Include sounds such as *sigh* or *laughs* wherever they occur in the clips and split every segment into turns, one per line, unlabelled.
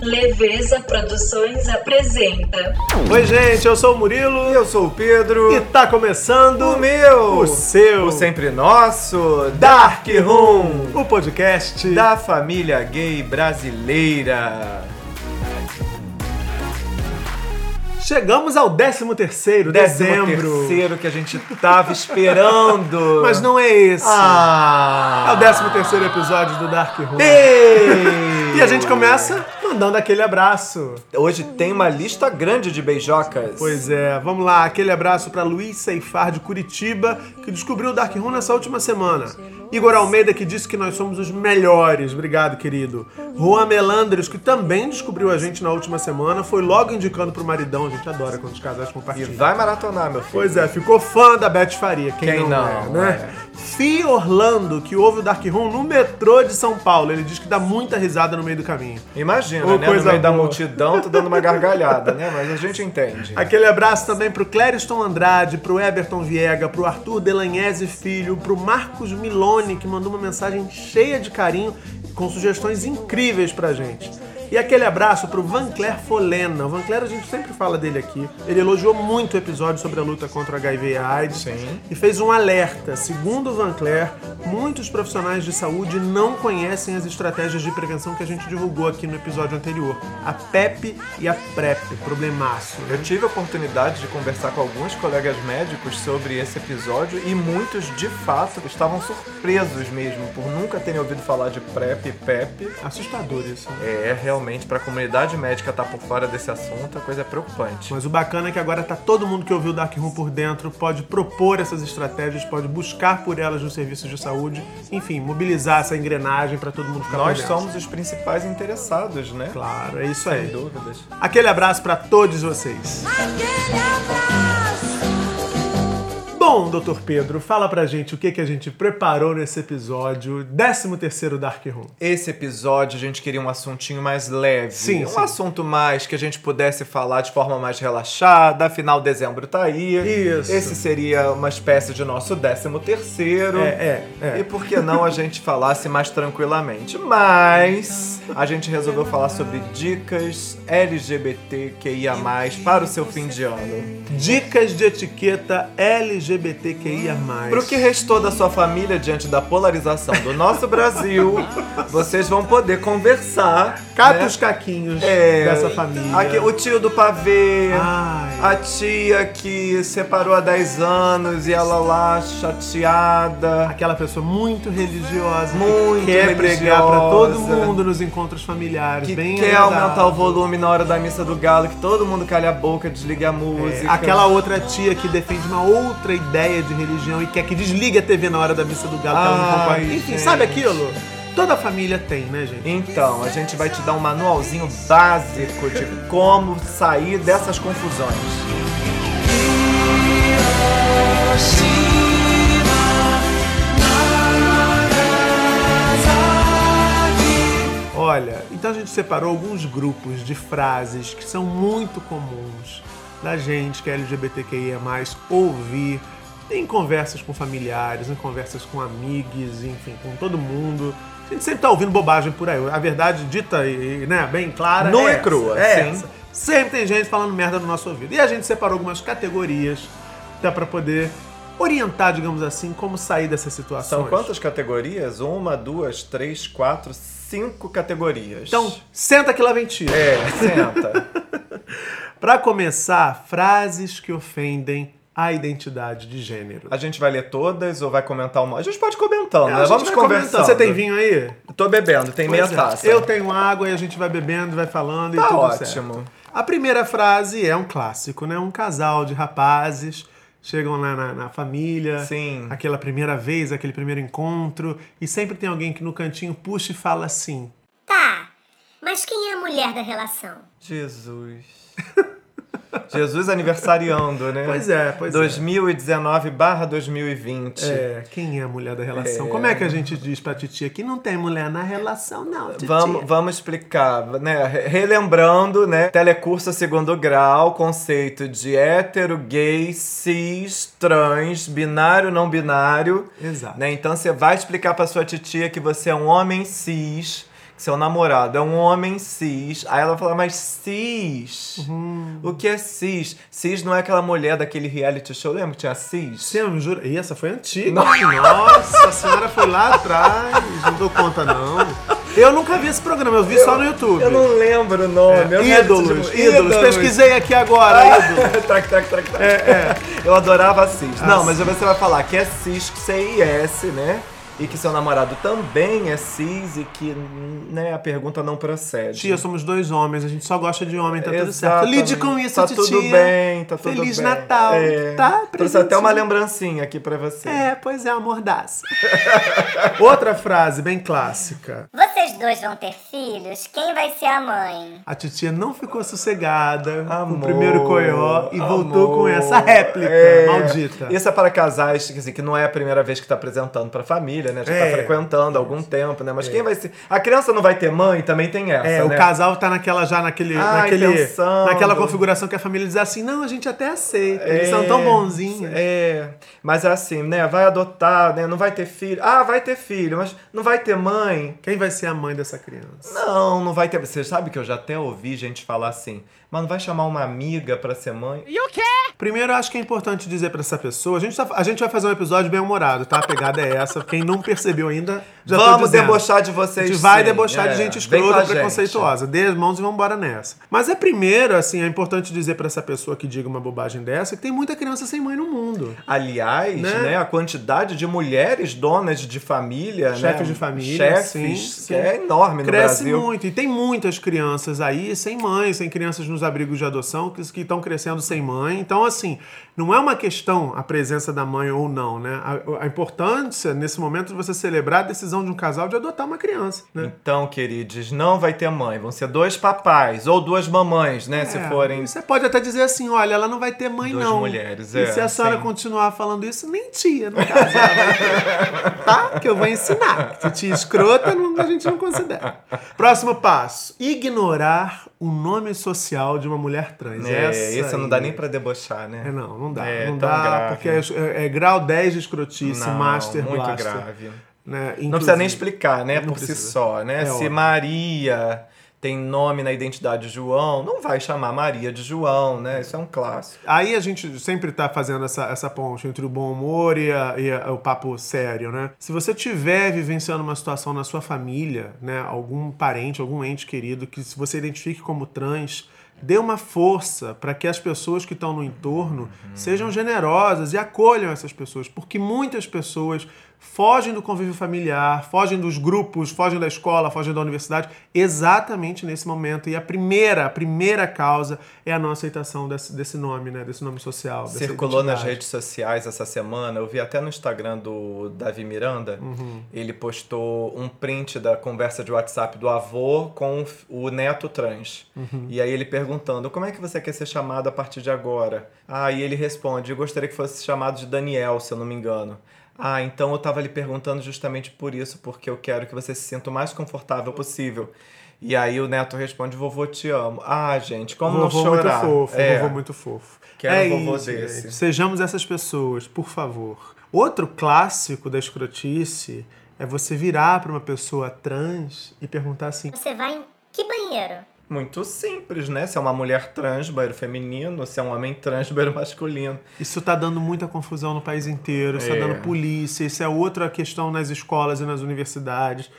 Leveza Produções apresenta.
Oi, gente, eu sou o Murilo.
Eu sou o Pedro.
E tá começando
o meu,
o seu,
o sempre nosso
Dark Room, o podcast
da família gay brasileira.
Chegamos ao 13º
Décimo
dezembro.
terceiro que a gente tava
*laughs*
esperando.
Mas não é esse.
*laughs* Ah.
É o 13º episódio do Dark Room.
Ei!
E a gente começa mandando aquele abraço.
Hoje tem uma lista grande de beijocas.
Pois é, vamos lá, aquele abraço pra Luiz Seifar de Curitiba, que descobriu o Dark Room nessa última semana. Igor Almeida, que disse que nós somos os melhores, obrigado, querido. Juan Melandres, que também descobriu a gente na última semana, foi logo indicando pro maridão, a gente adora quando os casais
E
compartilham.
vai maratonar, meu filho.
Pois é, ficou fã da Beth Faria, quem,
Quem
não, é,
não,
né? Fi Orlando, que ouve o Dark Room no metrô de São Paulo, ele diz que dá muita risada no meio do caminho.
Imagina,
Ô,
né?
coisa
no meio da
boa.
multidão, tô dando uma gargalhada, né? Mas a gente entende.
Aquele abraço também pro Clériston Andrade, pro Eberton Viega, pro Arthur Delanhese Filho, pro Marcos Milone, que mandou uma mensagem cheia de carinho, com sugestões incríveis pra gente. E aquele abraço pro Vancler Folena. O Vancler, a gente sempre fala dele aqui. Ele elogiou muito o episódio sobre a luta contra o HIV e a AIDS
Sim.
e fez um alerta. Segundo o Vancler, muitos profissionais de saúde não conhecem as estratégias de prevenção que a gente divulgou aqui no episódio anterior. A PEP e a PrEP. Problemaço. né?
Eu tive a oportunidade de conversar com alguns colegas médicos sobre esse episódio e muitos, de fato, estavam surpresos mesmo por nunca terem ouvido falar de PrEP e PEP.
Assustador isso. né?
É, realmente, pra comunidade médica estar por fora desse assunto, a coisa é preocupante.
Mas o bacana é que agora tá todo mundo que ouviu o Dark Room por dentro, pode propor essas estratégias, pode buscar por elas nos serviços de saúde, enfim, mobilizar essa engrenagem pra todo mundo ficar por
Nós
dentro.
somos os principais interessados, né?
Claro, é isso
Sem
aí.
dúvidas.
Aquele abraço pra todos vocês. Bom, Dr. Pedro, fala pra gente o que, que a gente preparou nesse episódio, 13º Dark Room.
Esse episódio a gente queria um assuntinho mais leve.
Sim,
Um
sim.
assunto mais que a gente pudesse falar de forma mais relaxada, afinal dezembro tá aí.
Isso.
Esse seria uma espécie de nosso décimo terceiro.
É, é, é.
E por que não a gente falasse mais tranquilamente? Mas a gente resolveu falar sobre dicas LGBTQIA+, para o seu fim de ano.
Dicas de etiqueta LGBTQIA+.
Pro que restou da sua família diante da polarização do
*laughs*
nosso Brasil, vocês vão poder conversar.
Cata
né?
os caquinhos
É,
dessa família.
aqui- o tio do pavê.
Ai.
A tia que separou há 10 anos e ela lá chateada.
Aquela pessoa muito religiosa,
Muito
que quer
religiosa.
pregar pra todo mundo nos encontros familiares,
Que
bem
quer
agradável.
aumentar o volume na hora da missa do galo, que todo mundo calha a boca, desliga a
É,
música.
Aquela outra tia que defende uma outra ideia de religião e quer que desligue a TV na hora da missa do galo, pra ela não
Ai,
concorda. Enfim,
gente.
sabe aquilo? Toda família tem, né, gente?
Então, a gente vai te dar um manualzinho básico de como sair dessas confusões.
Olha, então a gente separou alguns grupos de frases que são muito comuns da gente que é LGBTQIA+, ouvir em conversas com familiares, em conversas com amigos, enfim, com todo mundo. A gente sempre tá ouvindo bobagem por aí. A verdade dita e, e, né, bem clara
Nua
é
e
essa,
crua,
é
sim.
essa. Sempre tem gente falando merda no nosso ouvido. E a gente separou algumas categorias dá para poder orientar, digamos assim, como sair dessa situação.
São quantas categorias? Uma, duas, três, quatro, cinco categorias.
Então, senta que lá vem tiro.
é, *laughs* senta.
Pra começar, frases que ofendem a identidade de gênero.
A gente vai ler todas ou vai comentar uma? A gente pode comentar,
É,
né?
a gente
Vamos
vai
conversando.
comentando. Você tem vinho aí?
Tô bebendo, tem meia
Pois é.
taça.
Eu tenho água e a gente vai bebendo, vai falando e
Tá
tudo
ótimo.
certo. A primeira frase é um clássico, né? Um casal de rapazes chegam lá na, na família,
Sim.
aquela primeira vez, aquele primeiro encontro, e sempre tem alguém que no cantinho puxa e fala assim.
Tá, mas quem é a mulher da relação?
Jesus. *laughs* Jesus aniversariando, né?
Pois é, pois é.
2019 barra 2020.
É, quem é a mulher da relação? Como é que a gente diz pra titia que não tem mulher na relação, não, titia?
Vamos, vamos explicar, né? Re- Relembrando, né? Telecurso segundo grau, conceito de hétero, gay, cis, trans, binário, não binário.
Exato.
né? Então você vai explicar pra sua titia que você é um homem cis, Seu namorado é um homem cis. Aí ela fala, mas cis?
Uhum.
O que é cis? Cis não é aquela mulher daquele reality show, lembra que tinha cis?
Você é me jura? Ih, essa foi antiga. Nossa, a senhora foi lá atrás. Não dou conta, não. Eu nunca vi esse programa, eu vi só no YouTube. *laughs*
Eu não lembro o nome. eu não tipo,
É,
lembro
um ídolos, Ah.
de-
ídolos. Pesquisei aqui agora, ídolos.
trac, trac, trac,
É,
trac. tá Eu adorava cis. Não, mas aí você vai falar que é cis, que você é IS, né? E que seu namorado também é cis e que né, a pergunta não procede.
Tia, somos dois homens, a gente só gosta de homem, tá tudo certo.
Exatamente.
Lide com isso,
Tá
titia.
tudo bem, tá tudo
Feliz
bem.
Natal,
É.
tá?
Trouxe até uma
Presentinho.
lembrancinha aqui pra você.
É, pois é, amor daça. *laughs* Outra frase bem clássica.
Vocês dois vão ter filhos? Quem vai ser a mãe?
A titia não ficou sossegada com o
Amor,
primeiro coió e voltou
amor.
com essa réplica
É.
maldita.
Isso é para casais quer dizer, que não é a primeira vez que está apresentando para a família, né? Já está
É.
frequentando há algum tempo, né? Mas quem vai ser. A criança não vai ter mãe, também tem essa.
É, o
né?
casal tá naquela já naquele,
Ai,
naquele
pensando.
naquela configuração que a família diz assim: "Não, a gente até aceita, eles são tão bonzinhos".
É, mas é assim, né? Vai adotar, né? Não vai ter filho. Ah, vai ter filho, mas não vai ter mãe.
Quem vai ser a mãe dessa criança?
Não, não vai ter. Você sabe que eu já até ouvi gente falar assim, mas não vai chamar uma amiga pra ser mãe?
Primeiro, eu acho que é importante dizer pra essa pessoa, a gente, tá- a gente vai fazer um episódio bem humorado, tá? A pegada é essa. Quem não percebeu ainda, já tô
Vamos
dizendo.
debochar de vocês.
A gente vai
sim.
debochar
É,
de gente
vem com a
escrota,
gente.
preconceituosa. Dê as mãos e vambora nessa. Mas é primeiro, assim, é importante dizer pra essa pessoa que diga uma bobagem dessa que tem muita criança sem mãe no mundo.
Aliás,
Né?
né? a quantidade de mulheres donas de família,
Chefes
né?
de família,
chefes,
sim, sim.
que é enorme no
Cresce
Brasil.
muito. E tem muitas crianças aí sem mãe, sem crianças nos abrigos de adoção que que estão crescendo sem mãe. Então, assim, não é uma questão a presença da mãe ou não, né? A, a importância nesse momento de você celebrar a decisão de um casal de adotar uma criança, né?
Então, queridos, não vai ter mãe, vão ser dois papais ou duas mamães, né, se
É,
forem
Você pode até dizer assim: olha, ela não vai ter mãe,
Duas
não.
mulheres,
e
é,
se a senhora
sim.
continuar falando isso, nem tia, no caso. ela vai ter, *laughs* tá? Que eu vou ensinar. Se tia é escrota, não- a gente não considera. Próximo passo: ignorar o nome social de uma mulher trans.
É,
Essa
esse não
aí.
dá nem pra debochar, né?
É, não, não dá.
É,
não
tão
dá,
grave.
porque é, é- é grau 10 de escrotice,
Não,
master,
muito
blaster.
grave.
né?
Não precisa nem
Inclusive.
explicar, né,
Não
por
precisa.
si só, né?
É
se
óbvio.
Maria tem nome na identidade João, não vai chamar Maria de João, né? Isso é um clássico.
Aí a gente sempre tá fazendo essa, essa ponte entre o bom humor e, a- e a- o papo sério, né? Se você tiver vivenciando uma situação na sua família, né? Algum parente, algum ente querido que se você identifique como trans, dê uma força para que as pessoas que estão no entorno sejam generosas e acolham essas pessoas, porque muitas pessoas fogem do convívio familiar, fogem dos grupos, fogem da escola, fogem da universidade, exatamente nesse momento. E a primeira, a primeira causa é a não aceitação desse, desse nome, né? Desse nome social. dessa
Circulou nas
identidade.
redes sociais essa semana, eu vi até no Instagram do Davi Miranda,
Uhum.
ele postou um print da conversa de WhatsApp do avô com o f- o neto trans.
Uhum.
E aí ele perguntando, como é que você quer ser chamado a partir de agora? Aí ele responde, eu gostaria que fosse chamado de Daniel, se eu não me engano. Ah, então eu tava lhe perguntando justamente por isso, porque eu quero que você se sinta o mais confortável possível. E aí o neto responde, vovô, te amo. Ah, gente, como
vovô
não chorar?
muito fofo,
É.
vovô muito fofo.
Quero
é
um vovô
isso,
desse.
gente. Sejamos essas pessoas, por favor. Outro clássico da escrotice é você virar para uma pessoa trans e perguntar assim:
Você vai em que banheiro?
Muito simples, né? Se é uma mulher trans, banheiro feminino. Se é um homem trans, *laughs* banheiro masculino.
Isso tá dando muita confusão no país inteiro, isso tá
É.
dando polícia, isso é outra questão nas escolas e nas universidades.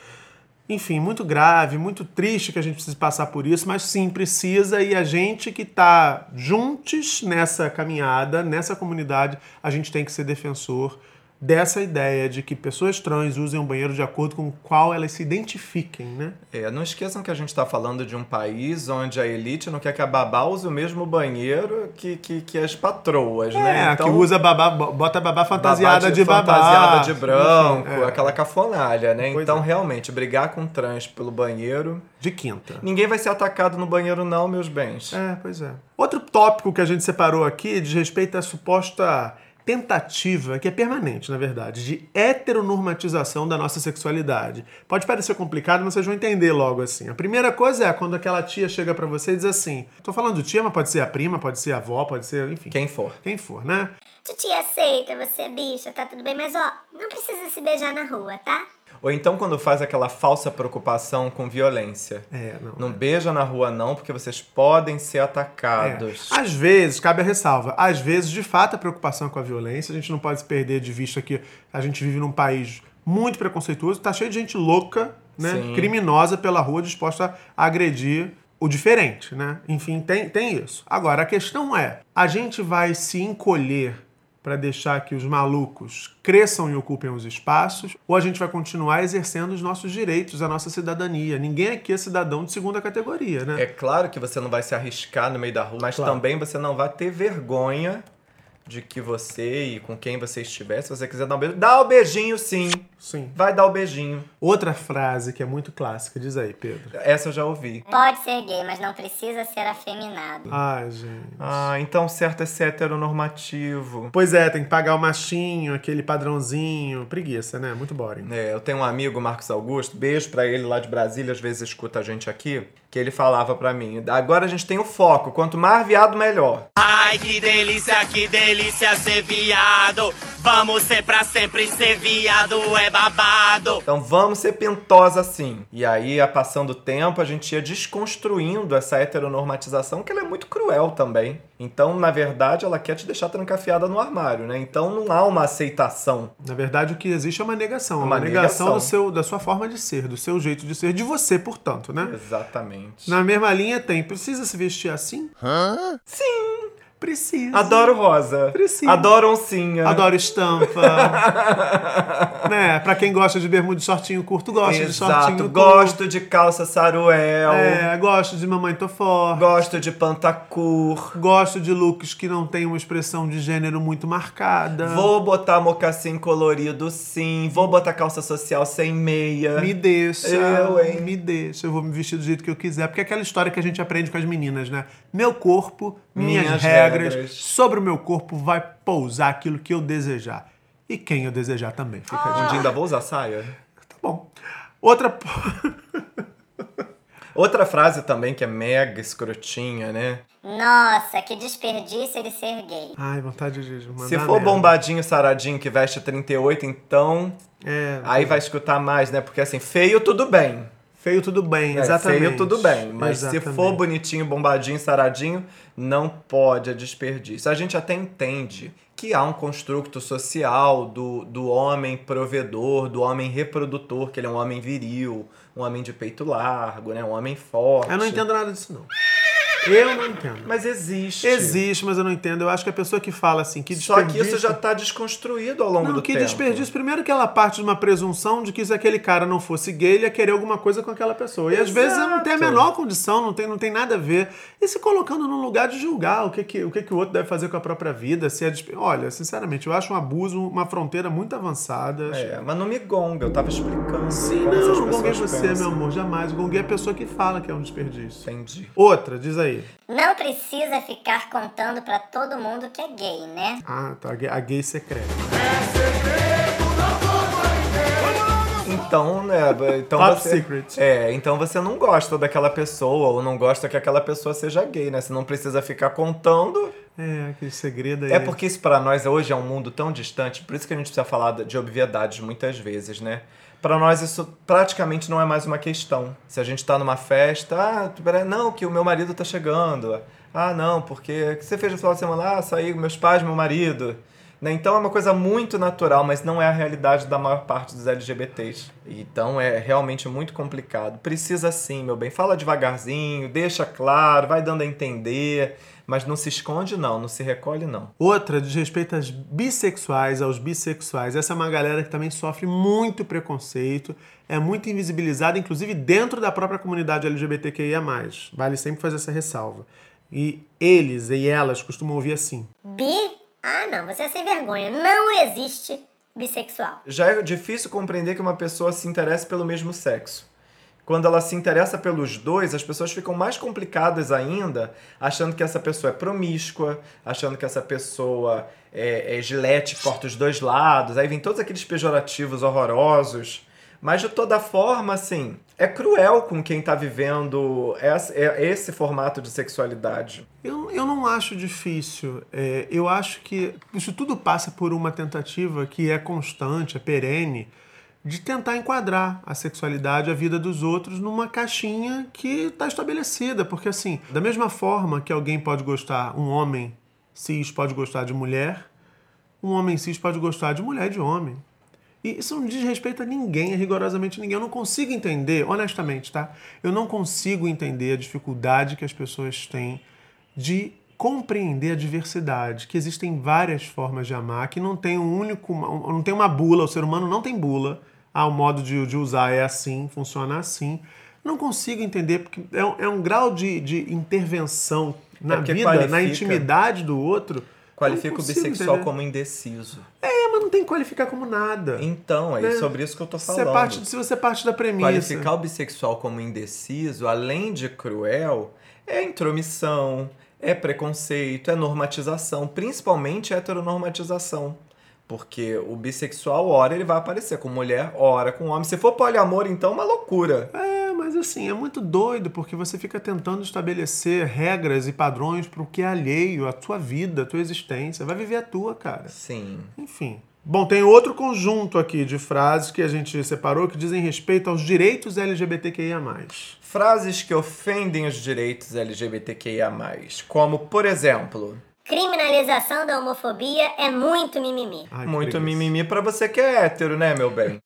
Enfim, muito grave, muito triste que a gente precise passar por isso, mas sim, precisa e a gente que tá juntos nessa caminhada, nessa comunidade, a gente tem que ser defensor dessa ideia de que pessoas trans usem um banheiro de acordo com o qual elas se identifiquem, né?
É, não esqueçam que a gente está falando de um país onde a elite não quer que a babá use o mesmo banheiro que, que, que as patroas,
É,
né?
a que usa babá, bo- bota babá
babá
fantasiada de, babá.
Fantasiada de branco,
Enfim, é,
aquela cafonalha, né?
Pois
então,
é.
realmente, brigar com trans pelo banheiro...
de quinta.
Ninguém vai ser atacado no banheiro não, meus bens.
É, pois é. Outro tópico que a gente separou aqui diz respeito à suposta tentativa, que é permanente, na verdade, de heteronormatização da nossa sexualidade. Pode parecer complicado, mas vocês vão entender logo assim. A primeira coisa é quando aquela tia chega pra você e diz assim: tô falando tia, mas pode ser a prima, pode ser a avó, pode ser, enfim.
Quem for.
Quem for, né?
Titia aceita, você é bicha, tá tudo bem, mas ó, não precisa se beijar na rua, tá?
Ou então quando faz aquela falsa preocupação com violência.
É, não.
Não beija na rua não, porque vocês podem ser
É.
atacados.
Às vezes, cabe a ressalva, às vezes, de fato, a preocupação é com a violência, a gente não pode se perder de vista que a gente vive num país muito preconceituoso, tá cheio de gente louca, né?
Sim.
Criminosa pela rua, disposta a agredir o diferente, né? Enfim, tem, tem isso. Agora, a questão é, a gente vai se encolher para deixar que os malucos cresçam e ocupem os espaços, ou a gente vai continuar exercendo os nossos direitos, a nossa cidadania. Ninguém aqui é cidadão de segunda categoria, né?
É claro que você não vai se arriscar no meio da rua, mas
Claro.
também você não vai ter vergonha de que você e com quem você estiver, se você quiser dar um beijo, dá o beijinho sim.
Sim.
Vai dar o beijinho.
Outra frase que é muito clássica, diz aí, Pedro.
Essa eu já ouvi.
Pode ser gay, mas não precisa ser afeminado.
Ai, gente.
Ah, então certo é ser heteronormativo.
Pois é, tem que pagar o machinho, aquele padrãozinho. Preguiça, né? Muito boring.
É, eu tenho um amigo, Marcos Augusto, beijo pra ele lá de Brasília, às vezes escuta a gente aqui, que ele falava pra mim, agora a gente tem o foco, quanto mais viado, melhor.
Ai, que delícia, que delícia ser viado. Vamos ser pra sempre ser viado, é babado.
Então vamos ser pintosa assim. E aí, a passando o tempo, a gente ia desconstruindo essa heteronormatização, que ela é muito cruel também. Então, na verdade, ela quer te deixar trancafiada no armário, né? Então não há uma aceitação.
Na verdade, o que existe é uma negação. Uma,
Uma
negação,
negação.
do seu, da sua forma de ser, do seu jeito de ser, de você, portanto, né?
Exatamente.
Na mesma linha tem, precisa se vestir assim? Sim, precisa.
Adoro rosa.
Precisa.
Adoro oncinha.
Adoro
*laughs*
estampa. né? Pra quem gosta de bermuda e shortinho curto, gosta de shortinho
Exato.
curto.
Gosto de calça saruel.
É, gosto de mamãe tô forte.
Gosto de pantacur.
Gosto de looks que não tem uma expressão de gênero muito marcada.
Vou botar mocassim colorido, sim. Vou botar calça social sem meia.
Me deixa.
Eu, hein?
Me deixa. Eu vou me vestir do jeito que eu quiser. Porque é aquela história que a gente aprende com as meninas, né? Meu corpo, minhas,
Minhas
regras.
regras.
Sobre o meu corpo vai pousar aquilo que eu desejar. E quem eu desejar também. Fica
Um dia ainda vou usar saia.
Tá bom. Outra. po- *laughs*
Outra frase também que é mega escrotinha, né?
Nossa, que desperdício ele ser gay.
Ai, vontade de mandar.
Se for
merda.
bombadinho, saradinho, que veste 38, então...
É.
Aí vai escutar mais, né? Porque assim, feio tudo bem.
Feio tudo bem,
É,
exatamente.
Feio tudo bem, mas se
Exatamente.
for bonitinho, bombadinho, saradinho, não pode, é desperdício. A gente até entende que há um construto social do, do homem provedor, do homem reprodutor, que ele é um homem viril, um homem de peito largo, né? Um homem forte.
Eu não entendo nada disso, não. Eu não entendo.
Mas existe.
Existe, mas eu não entendo. Eu acho que a pessoa que fala assim, que
Só
desperdício.
que isso já tá desconstruído ao longo
Não,
do
que
tempo.
desperdício. Primeiro que ela parte de uma presunção de que se aquele cara não fosse gay, ele ia querer alguma coisa com aquela pessoa. E às vezes ela não tem a
Exato.
menor condição, não tem, não tem nada a ver. E se colocando num lugar de julgar o que, que, o, que, que o outro deve fazer com a própria vida. Se é despe- Olha, sinceramente, eu acho um abuso, uma fronteira muito avançada.
É, mas não me gonga, eu tava explicando.
Sim,
como essas
não, não gonguei
pessoas
você,
pensam.
meu amor, jamais. Gonguei é a pessoa que fala que é um desperdício.
Entendi.
Outra, diz aí.
Não precisa ficar contando pra todo mundo que é gay, né?
Ah, tá, a gay- a gay secreta.
Então, né? Então
Top
você,
secret.
É, então você não gosta daquela pessoa ou não gosta que aquela pessoa seja gay, né? Você não precisa ficar contando.
É, aquele segredo aí.
É porque isso pra nós hoje é um mundo tão distante, por isso que a gente precisa falar de obviedades muitas vezes, né? Pra nós isso praticamente não é mais uma questão. Se a gente tá numa festa, ah, tu- pera- não, que o meu marido tá chegando. Ah, não, porque o que você fez no final de semana? Ah, saí com meus pais, meu marido. Né? Então é uma coisa muito natural, mas não é a realidade da maior parte dos LGBTs. Então é realmente muito complicado. Precisa sim, meu bem. Fala devagarzinho, deixa claro, vai dando a entender. Mas não se esconde, não. Não se recolhe, não.
Outra diz respeito às bissexuais, aos bissexuais. Essa é uma galera que também sofre muito preconceito, é muito invisibilizada, inclusive dentro da própria comunidade LGBTQIA. Vale sempre fazer essa ressalva. E eles e elas costumam ouvir assim.
Bi? Ah, não, você é sem vergonha. Não existe bissexual.
Já é difícil compreender que uma pessoa se interesse pelo mesmo sexo. Quando ela se interessa pelos dois, as pessoas ficam mais complicadas ainda, achando que essa pessoa é promíscua, achando que essa pessoa é, é gilete, que corta os dois lados. Aí vem todos aqueles pejorativos horrorosos. Mas de toda forma, assim, é cruel com quem tá vivendo essa- é- esse formato de sexualidade.
Eu, eu não acho difícil. É, eu acho que isso tudo passa por uma tentativa que é constante, é perene, de tentar enquadrar a sexualidade, a vida dos outros numa caixinha que está estabelecida. Porque, assim, da mesma forma que alguém pode gostar, um homem cis pode gostar de mulher, um homem cis pode gostar de mulher e de homem. E isso não diz respeito a ninguém, a rigorosamente ninguém. Eu não consigo entender, honestamente, tá? Eu não consigo entender a dificuldade que as pessoas têm de compreender a diversidade, que existem várias formas de amar, que não tem um único, não tem uma bula, o ser humano não tem bula. Ah, o modo de, de usar é assim, funciona assim. Não consigo entender, porque é um, é um grau de, de intervenção na
É porque
vida, na
qualifica-
intimidade do outro. Eu
Qualifica
não
o
consigo
bissexual
entender.
como indeciso.
É, mas não tem que qualificar como nada.
Então, é
Né?
sobre isso que eu tô
Se, você
falando.
parte, se você parte da premissa.
Qualificar o bissexual como indeciso, além de cruel, é intromissão, é preconceito, é normatização, principalmente heteronormatização. Porque o bissexual, ora, ele vai aparecer com mulher, ora com homem. Se for poliamor, então, é uma loucura.
É, mas assim, é muito doido porque você fica tentando estabelecer regras e padrões pro que é alheio à tua vida, à tua existência. Vai viver a tua, cara.
Sim.
Enfim. Bom, tem outro conjunto aqui de frases que a gente separou que dizem respeito aos direitos LGBTQIA.
Frases que ofendem os direitos LGBTQIA+. Como, por exemplo,
Criminalização da homofobia é muito mimimi.
Ai, que
muito
preguiça.
mimimi pra você que é hétero, né, meu bem?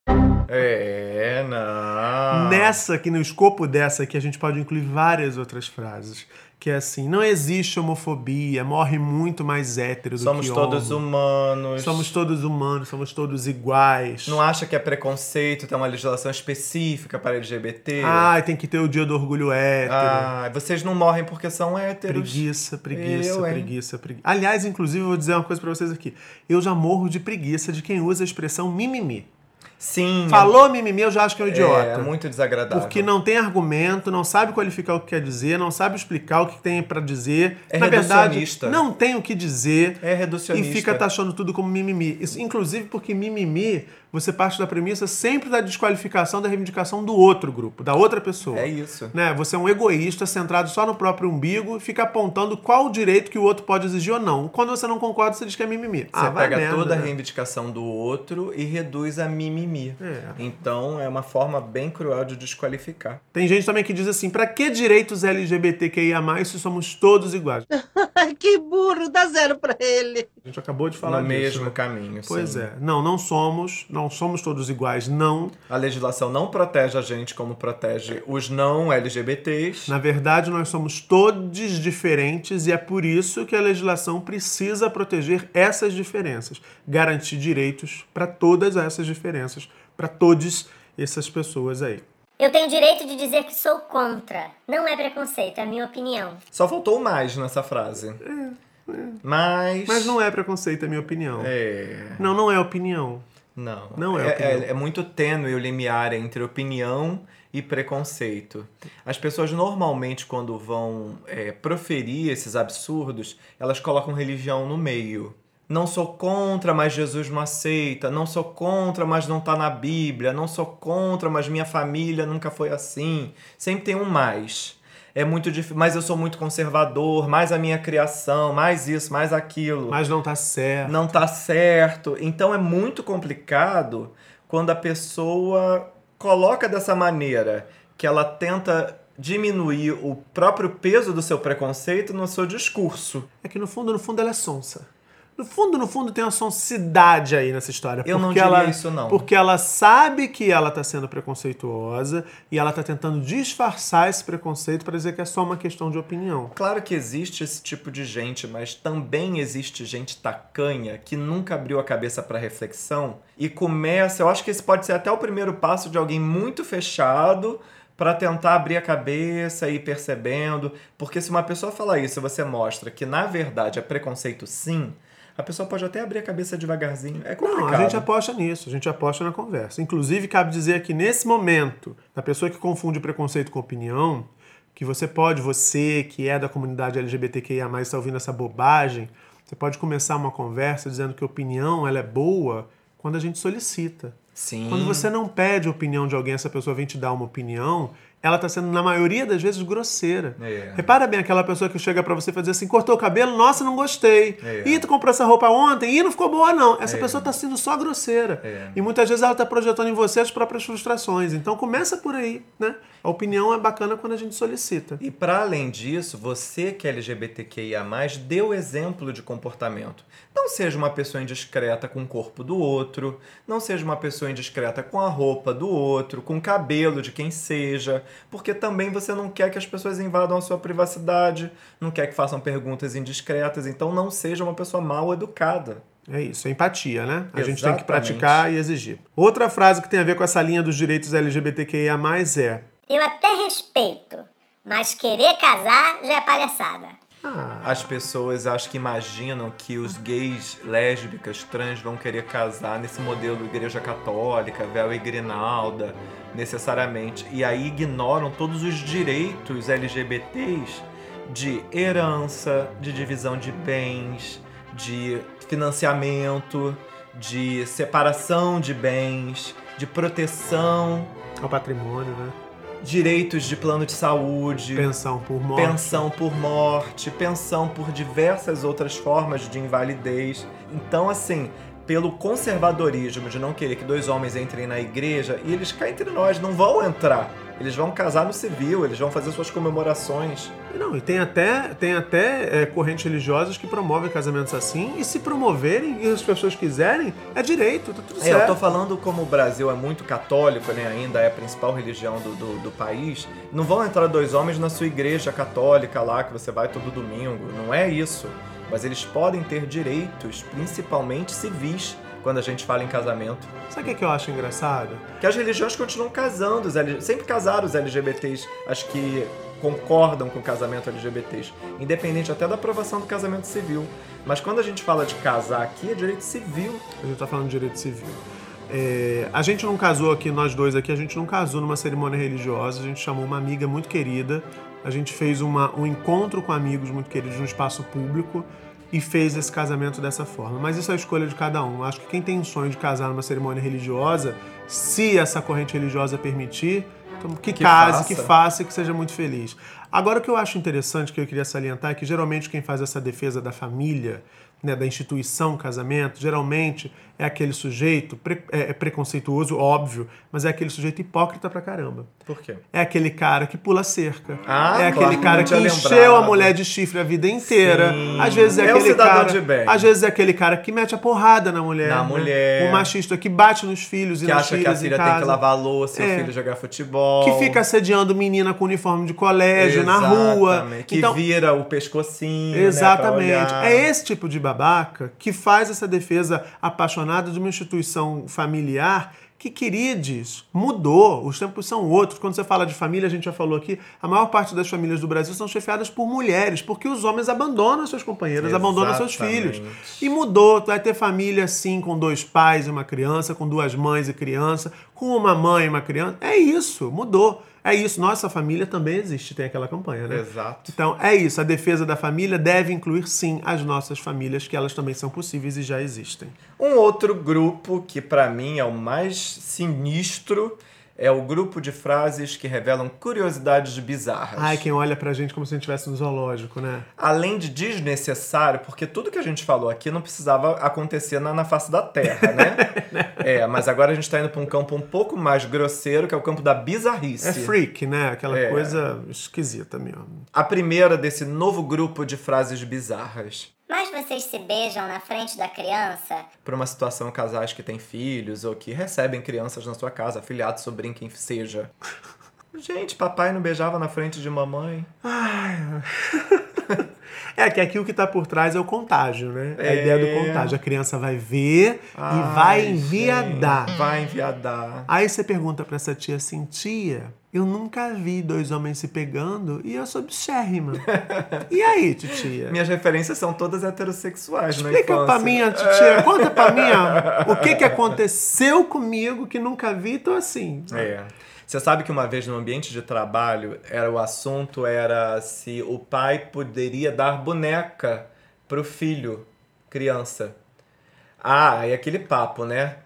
É, não...
Nessa, que no escopo dessa aqui, a gente pode incluir várias outras frases. Que é assim: não existe homofobia, morre muito mais hétero do
Somos
que
todos
homo.
humanos.
Somos todos humanos, somos todos iguais.
Não acha que é preconceito ter uma legislação específica para LGBT?
Ai, tem que ter o dia do orgulho Ah, hétero.
Ah, vocês não morrem porque são héteros.
Preguiça, preguiça,
Eu, hein?
preguiça, preguiça. Aliás, inclusive, eu vou dizer uma coisa pra vocês aqui. Eu já morro de preguiça de quem usa a expressão mimimi.
Sim.
Falou mimimi, eu já acho que é um
Hum. é,
idiota.
É muito desagradável.
Porque não tem argumento, não sabe qualificar o que quer dizer, não sabe explicar o que tem pra dizer.
É
Na verdade,
reducionista.
não tem o que dizer.
É reducionista.
E fica tá taxando tudo como mimimi. Isso, inclusive porque mimimi, você parte da premissa sempre da desqualificação da reivindicação do outro grupo, da outra pessoa.
É isso.
Né? Você é um egoísta centrado só no próprio umbigo e fica apontando qual o direito que o outro pode exigir ou não. Quando você não concorda, você diz que é mimimi.
Você
ah, vai
pega
merda,
toda a
né?
reivindicação do outro e reduz a mimimi.
É.
Então é uma forma bem cruel de desqualificar.
Tem gente também que diz assim: pra que direitos LGBTQIA se somos todos iguais? A
*laughs* que burro, dá zero pra ele.
gente acabou de falar
no
disso.
mesmo
né?
caminho.
Pois
sim.
é. Não, não somos, não somos todos iguais, não.
A legislação não protege a gente como protege os não LGBTs.
Na verdade, nós somos todos diferentes e é por isso que a legislação precisa proteger essas diferenças, garantir direitos para todas essas diferenças, para todas essas pessoas aí.
Eu tenho direito de dizer que sou contra. Não é preconceito, é minha opinião.
Só faltou o mais nessa frase. Mas.
É, Mas não é preconceito, é minha opinião.
É.
Não, não é opinião.
Não.
Não é
é,
opinião.
é muito tênue o limiar entre opinião e preconceito. As pessoas normalmente, quando vão é, proferir esses absurdos, elas colocam religião no meio. Não sou contra, mas Jesus não aceita. Não sou contra, mas não tá na Bíblia. Não sou contra, mas minha família nunca foi assim. Sempre tem um mais. É muito difícil, mas eu sou muito conservador, mais a minha criação, mais isso, mais aquilo
Mas não tá certo.
não tá certo. Então é muito complicado quando a pessoa coloca dessa maneira que ela tenta diminuir o próprio peso do seu preconceito no seu discurso.
É que no fundo, no fundo, ela é sonsa. No fundo, no fundo, tem uma sonsidade aí nessa história.
Eu não
porque
diria
ela-
isso, não.
Porque ela sabe que ela tá sendo preconceituosa e ela tá tentando disfarçar esse preconceito para dizer que é só uma questão de opinião.
Claro que existe esse tipo de gente, mas também existe gente tacanha que nunca abriu a cabeça para reflexão e começa, eu acho que esse pode ser até o primeiro passo de alguém muito fechado para tentar abrir a cabeça e ir percebendo, porque se uma pessoa falar isso, e você mostra que na verdade é preconceito sim, a pessoa pode até abrir a cabeça devagarzinho. É complicado.
Não, a gente aposta nisso, a gente aposta na conversa. Inclusive, cabe dizer que nesse momento, da pessoa que confunde preconceito com opinião, que você pode, você que é da comunidade LGBTQIA, está tá ouvindo essa bobagem, você pode começar uma conversa dizendo que opinião ela é boa quando a gente solicita.
Sim.
Quando você não pede opinião de alguém, essa pessoa vem te dar uma opinião, ela tá sendo, na maioria das vezes, grosseira.
É.
Repara bem aquela pessoa que chega pra você e faz assim, cortou o cabelo, nossa, não gostei.
É.
Ih, tu comprou essa roupa ontem, ih, não ficou boa não. Essa pessoa tá sendo só grosseira.
É.
E muitas vezes ela tá projetando em você as próprias frustrações. Então começa por aí, né? A opinião é bacana quando a gente solicita.
E para além disso, você que é LGBTQIA+, dê o exemplo de comportamento. Não seja uma pessoa indiscreta com o corpo do outro, não seja uma pessoa indiscreta com a roupa do outro, com o cabelo de quem seja, porque também você não quer que as pessoas invadam a sua privacidade, não quer que façam perguntas indiscretas, então não seja uma pessoa mal educada.
É isso, é empatia, né? A gente tem que
Exatamente.
praticar e exigir. Outra frase que tem a ver com essa linha dos direitos LGBTQIA+, é...
Eu até respeito, mas querer casar já é palhaçada.
Ah,
As pessoas acho que imaginam que os gays, lésbicas, trans vão querer casar nesse modelo igreja católica, véu e grinalda, necessariamente. E aí ignoram todos os direitos LGBTs de herança, de divisão de bens, de financiamento, de separação de bens, de proteção,
ao patrimônio, né?
direitos de plano de saúde
Pensão um por morte.
pensão por morte, pensão por diversas outras formas de invalidez. Então, assim, pelo conservadorismo de não querer que dois homens entrem na igreja, e eles cá entre nós não vão entrar. Eles vão casar no civil, eles vão fazer suas comemorações.
Não, e tem até, tem até é, correntes religiosas que promovem casamentos assim, e se promoverem e as pessoas quiserem, é direito, tá tudo
É, eu
certo.
tô falando como o Brasil é muito católico, né? Ainda é a principal religião do, do, do país. Não vão entrar dois homens na sua igreja católica lá, que você vai todo domingo. Não é isso. Mas eles podem ter direitos, principalmente civis, quando a gente fala em casamento.
Sabe o que, é que eu acho engraçado?
Que as religiões continuam casando, os LG... sempre casaram os LGBTs, as que concordam com o casamento LGBTs, independente até da aprovação do casamento civil. Mas quando a gente fala de casar aqui, é direito civil.
A gente tá falando de direito civil. É, a gente não casou aqui, nós dois aqui, a gente não casou numa cerimônia religiosa, a gente chamou uma amiga muito querida, a gente fez uma- um encontro com amigos muito queridos num espaço público e fez esse casamento dessa forma. Mas isso é a escolha de cada um. Acho que quem tem o sonho de casar numa cerimônia religiosa, se essa corrente religiosa permitir, então que,
Que
case,
faça.
que faça e que seja muito feliz. Agora, o que eu acho interessante, que eu queria salientar, é que geralmente quem faz essa defesa da família, né, da instituição casamento, geralmente é aquele sujeito pre- é, é preconceituoso, óbvio, mas é aquele sujeito hipócrita pra caramba.
Por quê?
É aquele cara que pula cerca.
Ah,
é aquele
claro,
cara
não
que
tinha
encheu
lembrado.
a mulher de chifre a vida inteira.
Sim.
Às vezes é,
É o
aquele
cidadão
cara,
de bem.
Às vezes é aquele cara que mete a porrada na mulher.
Na
né?
mulher.
O machista que bate nos filhos e
Que
nas
acha que a
filhas em
filha tem
casa.
que lavar a louça,
É.
o filho jogar futebol.
Que fica assediando menina com uniforme de colégio, na rua. Então
Exatamente. Que vira o pescocinho. né, pra
Exatamente.
olhar.
é esse tipo de babaca que faz essa defesa apaixonada de uma instituição familiar que, queridos, mudou. Os tempos são outros. Quando você fala de família, a gente já falou aqui, a maior parte das famílias do Brasil são chefiadas por mulheres, porque os homens abandonam seus companheiros, abandonam seus filhos.
Exatamente.
E mudou. Tu vai ter família, sim, com dois pais e uma criança, com duas mães e criança, com uma mãe e uma criança. É isso, mudou. É isso. Nossa família também existe, tem aquela campanha, né?
Exato.
Então é isso, a defesa da família deve incluir sim as nossas famílias, que elas também são possíveis e já existem.
Um outro grupo que pra mim é o mais sinistro é o grupo de frases que revelam curiosidades bizarras.
Ai, quem olha pra gente como se a gente estivesse no zoológico, né?
Além de desnecessário, porque tudo que a gente falou aqui não precisava acontecer na, na face da
*laughs*
terra, né? é, mas agora a gente tá indo pra um campo um pouco mais grosseiro, que é o campo da bizarrice.
É freak, né? Aquela
É.
coisa esquisita mesmo.
A primeira desse novo grupo de frases bizarras.
Mas vocês se beijam na frente da criança?
Pra uma situação casais que têm filhos ou que recebem crianças na sua casa, afilhado, sobrinho, quem seja. Gente, papai não beijava na frente de mamãe.
*laughs* É que aqui o que tá por trás é o contágio, né? É a
É.
ideia do contágio. A criança vai ver
Ai,
e vai enviadar.
gente, Vai enviadar.
Aí você pergunta pra essa tia assim, tia, eu nunca vi dois homens se pegando e eu sou
*laughs*
bichérrima. e aí, titia?
Minhas referências são todas heterossexuais, né?
Explica pra mim, titia, conta pra mim ó, o *laughs* que, que aconteceu comigo que nunca vi, tô assim.
É. Você sabe que uma vez no ambiente de trabalho, era o assunto era se o pai poderia dar boneca pro filho, criança. Ah, e aquele papo, né?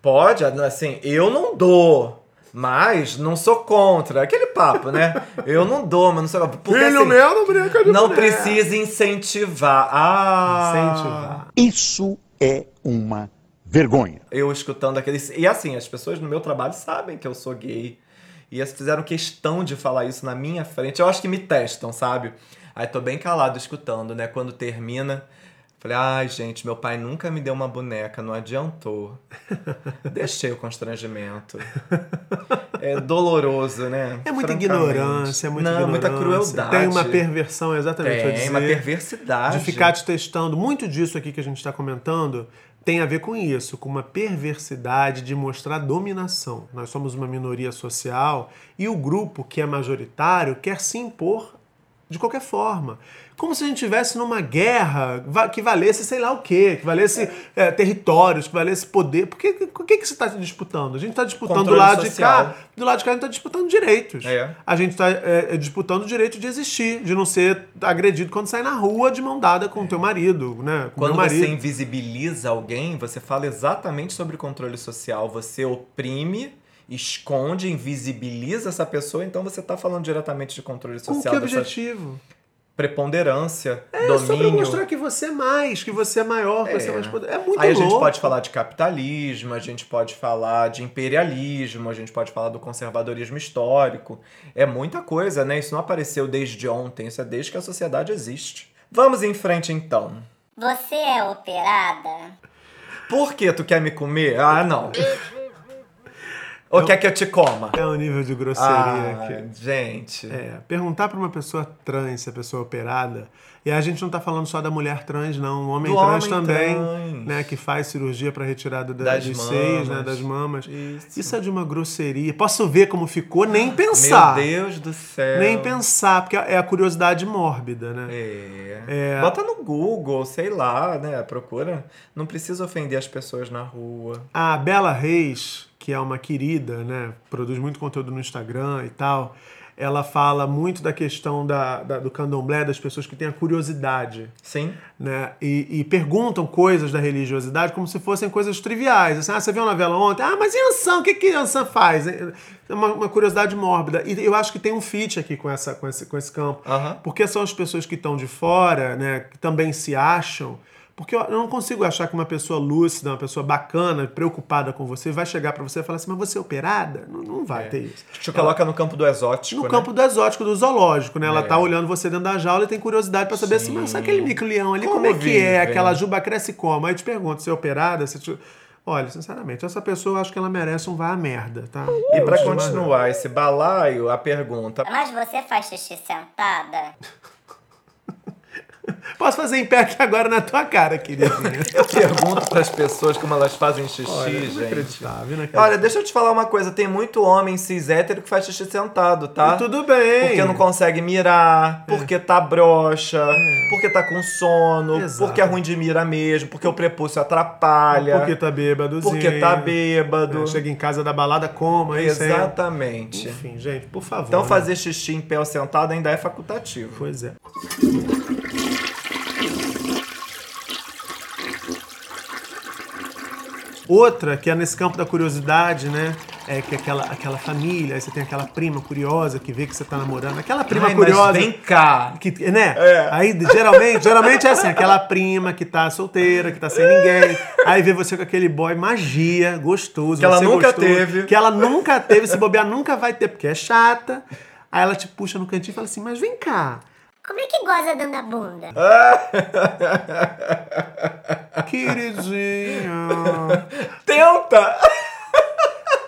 Pode, assim, eu não dou. Mas não sou contra. Aquele
*laughs*
papo, né? Eu não dou, mas não sei lá. Porque,
Filho
assim,
meu não é. brinca de
Não
boneca.
precisa incentivar. Ah!
Incentivar.
Isso é uma vergonha.
Eu escutando aqueles. E assim, as pessoas no meu trabalho sabem que eu sou gay. E elas fizeram questão de falar isso na minha frente. Eu acho que me testam, sabe? Aí tô bem calado escutando, né? Quando termina, falei: ai, gente, meu pai nunca me deu uma boneca, não
*laughs*
adiantou. Deixei o constrangimento. É doloroso, né?
É muita
Francamente.
ignorância, é muita
Não,
ignorância.
muita crueldade.
Tem uma perversão, exatamente. eu ia
Tem uma
dizer.
perversidade.
De ficar te testando. Muito disso aqui que a gente está comentando tem a ver com isso, com uma perversidade de mostrar dominação. Nós somos uma minoria social e o grupo que é majoritário quer se impor de qualquer forma. Como se a gente estivesse numa guerra va- que valesse sei lá o quê, que valesse eh, territórios, que valesse poder. Por que, o que, que você está disputando? A gente está disputando
Controle
do lado
social.
de cá. Do lado de cá a gente está disputando direitos.
É.
A gente está disputando o direito de existir, de não ser agredido quando sai na rua de mão dada com o teu marido, né? Com o
Quando
meu
você é
marido.
invisibiliza alguém, você fala exatamente sobre controle social. Você oprime, esconde, invisibiliza essa pessoa, então você tá falando diretamente de controle
Com que
social, dessa
objetivo?
preponderância,
É só pra
domínio.
mostrar que você é mais, que você é maior, que
É.
você é mais poder. É muito
Aí a
louco.
gente pode falar de capitalismo, a gente pode falar de imperialismo, a gente pode falar do conservadorismo histórico. É muita coisa, né? Isso não apareceu desde ontem, isso é desde que a sociedade existe. Vamos em frente então.
Você é operada?
Por que tu quer me comer? Ah, não. Ou quer que eu te coma?
É o nível de grosseria
Ah,
aqui.
gente.
É, perguntar pra uma pessoa trans se a pessoa é operada, e a gente não tá falando só da mulher trans, não. O homem
Do
trans
homem
também,
trans.
né? Que faz cirurgia pra retirada da-
Das
dos seios, né?
mamas.
Das mamas.
Isso.
é de uma grosseria. Posso ver como ficou, nem
Meu
pensar.
Deus do céu.
Nem pensar, porque é a curiosidade mórbida, né?
É.
É.
Bota no Google, sei lá, né? Procura. Não precisa ofender as pessoas na rua.
A Bela Reis, que é uma querida, né? Produz muito conteúdo no Instagram e tal. Ela fala muito da questão da, da- do candomblé, das pessoas que têm a curiosidade,
Sim.
né? E, e perguntam coisas da religiosidade como se fossem coisas triviais. Assim, ah, você viu uma novela ontem? Ah, mas e Ansan? O que, que Ansan faz? É uma, uma curiosidade mórbida. E eu acho que tem um fit aqui com, essa, com, esse, com esse campo.
Aham.
Porque são as pessoas que estão de fora, né, que também se acham. Porque eu eu não consigo achar que uma pessoa lúcida, uma pessoa bacana, preocupada com você, vai chegar pra você e falar assim, mas você é operada? Não, não vai ter isso.
Te coloca no campo do exótico.
No
né?
Tipo,
É.
campo do exótico, do zoológico, né? Ela tá olhando você dentro da jaula e tem curiosidade pra saber assim, mas sabe aquele micro-leão ali, como,
Como
é que é?
vive?
Aquela juba cresce como? Aí te pergunto, você é operada? Você te- Olha, sinceramente, essa pessoa eu acho que ela merece um vá à merda, tá?
E pra continuar esse balaio, a pergunta.
Mas você faz xixi sentada?
Posso fazer em pé aqui agora na tua cara, queridinha.
Eu pergunto pras pessoas como elas fazem xixi,
Olha, é
gente.
inacreditável, inacreditável.
Olha, deixa eu te falar uma coisa. Tem muito homem cis hétero que faz xixi sentado, tá?
E tudo bem.
Porque não consegue mirar,
É.
porque tá broxa, porque tá com sono,
Exato.
porque é ruim de mira mesmo, porque o prepúcio atrapalha,
Porque tá bêbadozinho.
porque tá bêbado.
É, chega em casa da balada, coma, isso aí.
Exatamente.
Enfim, gente, por favor.
Então
né?
fazer xixi em pé ou sentado ainda é facultativo.
Pois é. Outra, que é nesse campo da curiosidade, né? É que aquela, aquela família, aí você tem aquela prima curiosa que vê que você tá namorando. Aquela prima
Ai, mas
curiosa.
vem cá.
Que, né?
É.
Aí geralmente, geralmente é assim, aquela prima que tá solteira, que tá sem ninguém, aí vê você com aquele boy magia, gostoso,
Que ela
você
nunca
gostoso,
teve.
que ela nunca teve, se bobear nunca vai ter, porque é chata. Aí ela te puxa no cantinho e fala assim: "Mas vem cá,
Como é que goza dando a bunda?
queridinha".
Tenta!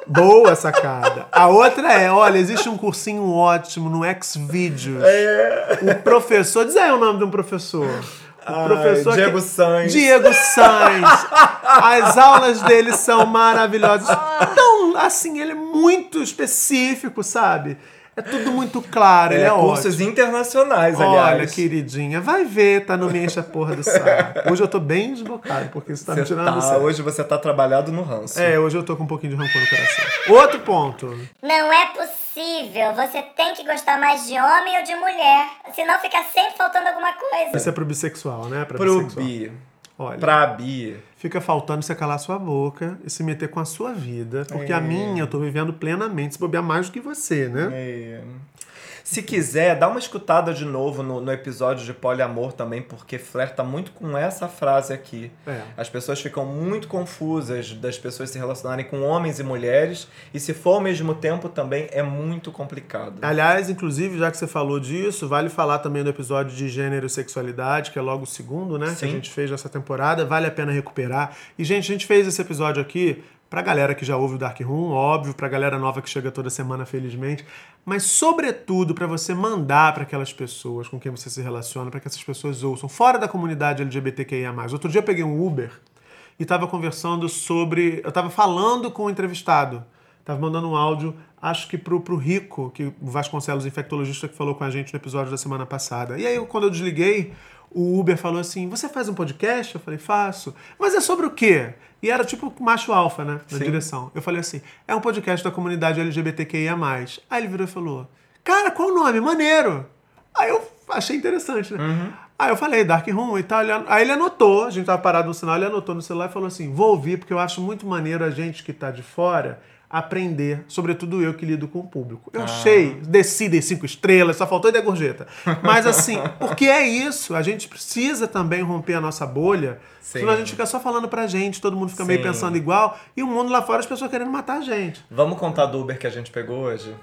Boa sacada. A outra é, olha, existe um cursinho ótimo no Xvideos.
É.
O professor, diz aí o nome de um professor. O
Ai, Diego Sainz.
Diego Sainz. As aulas dele são maravilhosas. Então, assim, ele é muito específico, sabe? É tudo muito claro, ele é
cursos
ótimo.
internacionais, aliás.
Olha, queridinha, vai ver, tá? Não me enche a porra do saco. Hoje eu tô bem desbocado, porque isso tá me
Você
tirando
tá-
do saco.
hoje você tá trabalhado no ranço.
É, hoje eu tô com um pouquinho de rancor no coração. Outro ponto.
Não é possível. Você tem que gostar mais de homem ou de mulher. Senão fica sempre faltando alguma coisa.
Isso é pro bissexual, né? Pra
Pro
bissexual.
bi.
Olha.
Pra Bi.
Fica faltando você calar sua boca e se meter com a sua vida. Porque a
É.
minha eu tô vivendo plenamente, se bobear mais do que você, né?
Se quiser, dá uma escutada de novo no, no episódio de poliamor também, porque flerta muito com essa frase aqui.
É.
As pessoas ficam muito confusas das pessoas se relacionarem com homens e mulheres, e se for ao mesmo tempo também é muito complicado.
Aliás, inclusive, já que você falou disso, vale falar também do episódio de gênero e sexualidade, que é logo o segundo, né? Que a
Sim.
gente fez nessa temporada. Vale a pena recuperar. E, gente, a gente fez esse episódio aqui pra galera que já ouve o Dark Room, óbvio, pra galera nova que chega toda semana, felizmente, mas sobretudo pra você mandar pra aquelas pessoas com quem você se relaciona, pra que essas pessoas ouçam fora da comunidade LGBTQIA+. Outro dia eu peguei um Uber e estava conversando sobre. Eu estava falando com o entrevistado. Estava mandando um áudio, acho que pro, pro Rico, que o Vasconcelos, infectologista, que falou com a gente no episódio da semana passada. E aí, eu- quando eu desliguei, o Uber falou assim: Você faz um podcast? Eu falei: Faço. Mas é sobre o quê? E era tipo macho alfa, né? Na
Sim.
direção. Eu falei assim: É um podcast da comunidade LGBTQIA. Aí ele virou e falou: Cara, qual o nome? Maneiro. Aí eu achei interessante, né?
Uhum.
Aí eu falei, Dark Room e tal. ele an- Aí ele anotou, a gente tava parado no sinal, ele anotou no celular e falou assim: vou ouvir, porque eu acho muito maneiro a gente que tá de fora aprender, sobretudo eu que lido com o público.
Ah.
Eu achei, desci, dei cinco estrelas, só faltou e dar gorjeta. Mas
*laughs*
assim, porque é isso, a gente precisa também romper a nossa bolha,
Sim.
senão a gente fica só falando pra gente, todo mundo fica meio
Sim.
pensando igual, e o mundo lá fora as pessoas querendo matar a gente. *laughs*
Vamos contar do Uber que a gente pegou hoje?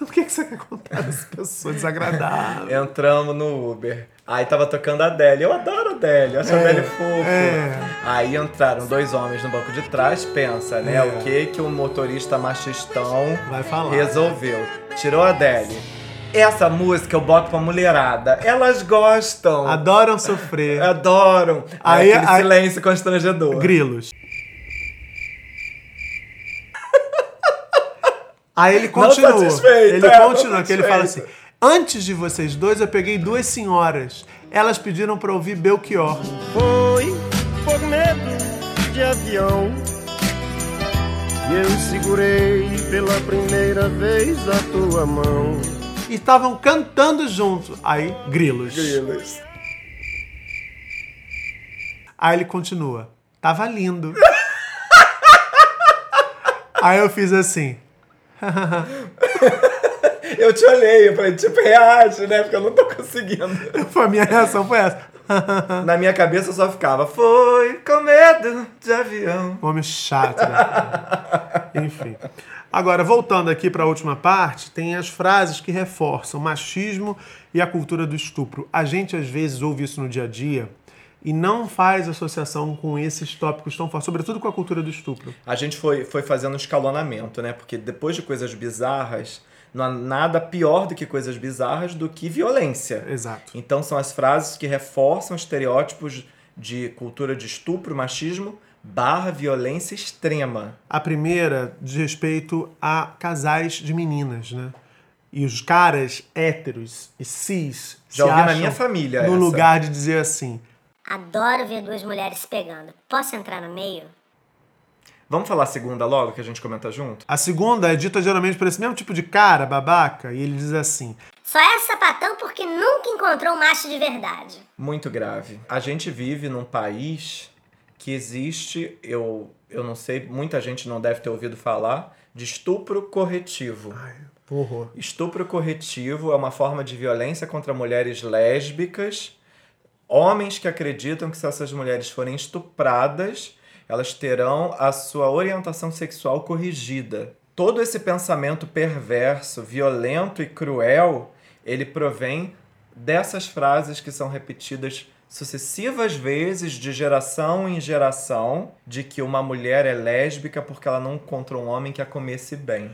o que, que você quer contar dessa pessoa desagradável?
Entramos no Uber. Aí tava tocando a Adele. Eu adoro a Adele, eu acho a Adele fofa.
é.
Aí entraram dois homens no banco de trás, pensa,
É.
né? O que que o motorista machistão
Vai falar.
resolveu? Tirou a Adele. Essa música eu boto pra mulherada. Elas gostam.
Adoram sofrer.
Adoram.
Aí-
Aí, aquele
aí-
silêncio constrangedor.
Grilos. Aí ele
Não
continua.
satisfeito,
ele
é, não
continua, que ele fala assim:
satisfeito.
Antes de vocês dois, eu peguei duas senhoras. Elas pediram pra ouvir Belchior.
Foi por medo de avião. E eu segurei pela primeira vez a tua mão.
E estavam cantando junto. Aí, grilos.
Grilos.
Aí ele continua. Tava
*laughs*
lindo. Aí eu fiz assim.
Eu te olhei, eu falei, tipo, reage, né? Porque eu não tô *laughs* conseguindo.
*laughs* Foi a minha reação foi essa. *laughs*
Na minha cabeça só ficava, foi com medo de avião.
Um Homem chato, né? Enfim. Agora, voltando aqui para a última parte, tem as frases que reforçam machismo e a cultura do estupro. A gente, às vezes, ouve isso no dia a dia e não faz associação com esses tópicos tão fortes, sobretudo com a cultura do estupro.
A gente foi, foi fazendo um escalonamento, né? Porque depois de coisas bizarras, não há nada pior do que coisas bizarras do que violência.
Exato.
Então são as frases que reforçam estereótipos de cultura de estupro, machismo, barra violência extrema.
A primeira diz respeito a casais de meninas, né? E os caras héteros e cis se
Já ouvi na
acham
minha família
no
essa.
lugar de dizer assim,
Adoro ver duas mulheres se pegando. Posso entrar no meio?
Vamos falar a segunda logo, que a gente comenta junto?
A segunda é dita geralmente por esse mesmo tipo de cara, babaca, e ele diz assim:
Só é sapatão porque nunca encontrou um macho de verdade.
Muito grave. A gente vive num país que existe, eu, eu não sei, muita gente não deve ter ouvido falar, de estupro corretivo.
horror.
Estupro corretivo é uma forma de violência contra mulheres lésbicas. Homens que acreditam que se essas mulheres forem estupradas, elas terão a sua orientação sexual corrigida. Todo esse pensamento perverso, violento e cruel, ele provém dessas frases que são repetidas sucessivas vezes de geração em geração de que uma mulher é lésbica porque ela não encontrou um homem que a comesse bem.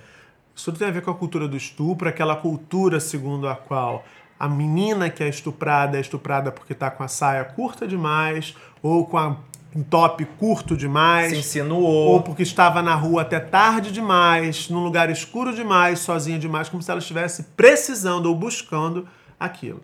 Isso tudo tem a ver com a cultura do estupro, aquela cultura segundo a qual a menina que é estuprada é estuprada porque tá com a saia curta demais, ou com a- um top curto demais.
Se insinuou.
Ou porque estava na rua até tarde demais, num lugar escuro demais, sozinha demais, como se ela estivesse precisando ou buscando aquilo.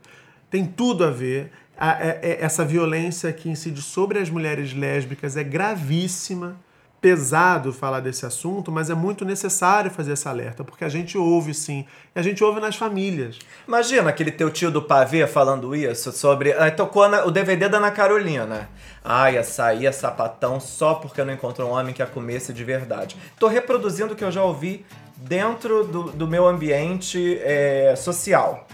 Tem tudo a ver. A- é- é- essa violência que incide sobre as mulheres lésbicas é gravíssima. pesado falar desse assunto, mas é muito necessário fazer esse alerta, porque a gente ouve sim, e a gente ouve nas famílias.
Imagina aquele teu tio do pavê falando isso sobre. Ah, tocou na- o DVD da Ana Carolina. Ai, açaí é sapatão só porque não encontrou um homem que a comesse de verdade. Tô reproduzindo o que eu já ouvi dentro do, do meu ambiente é, social.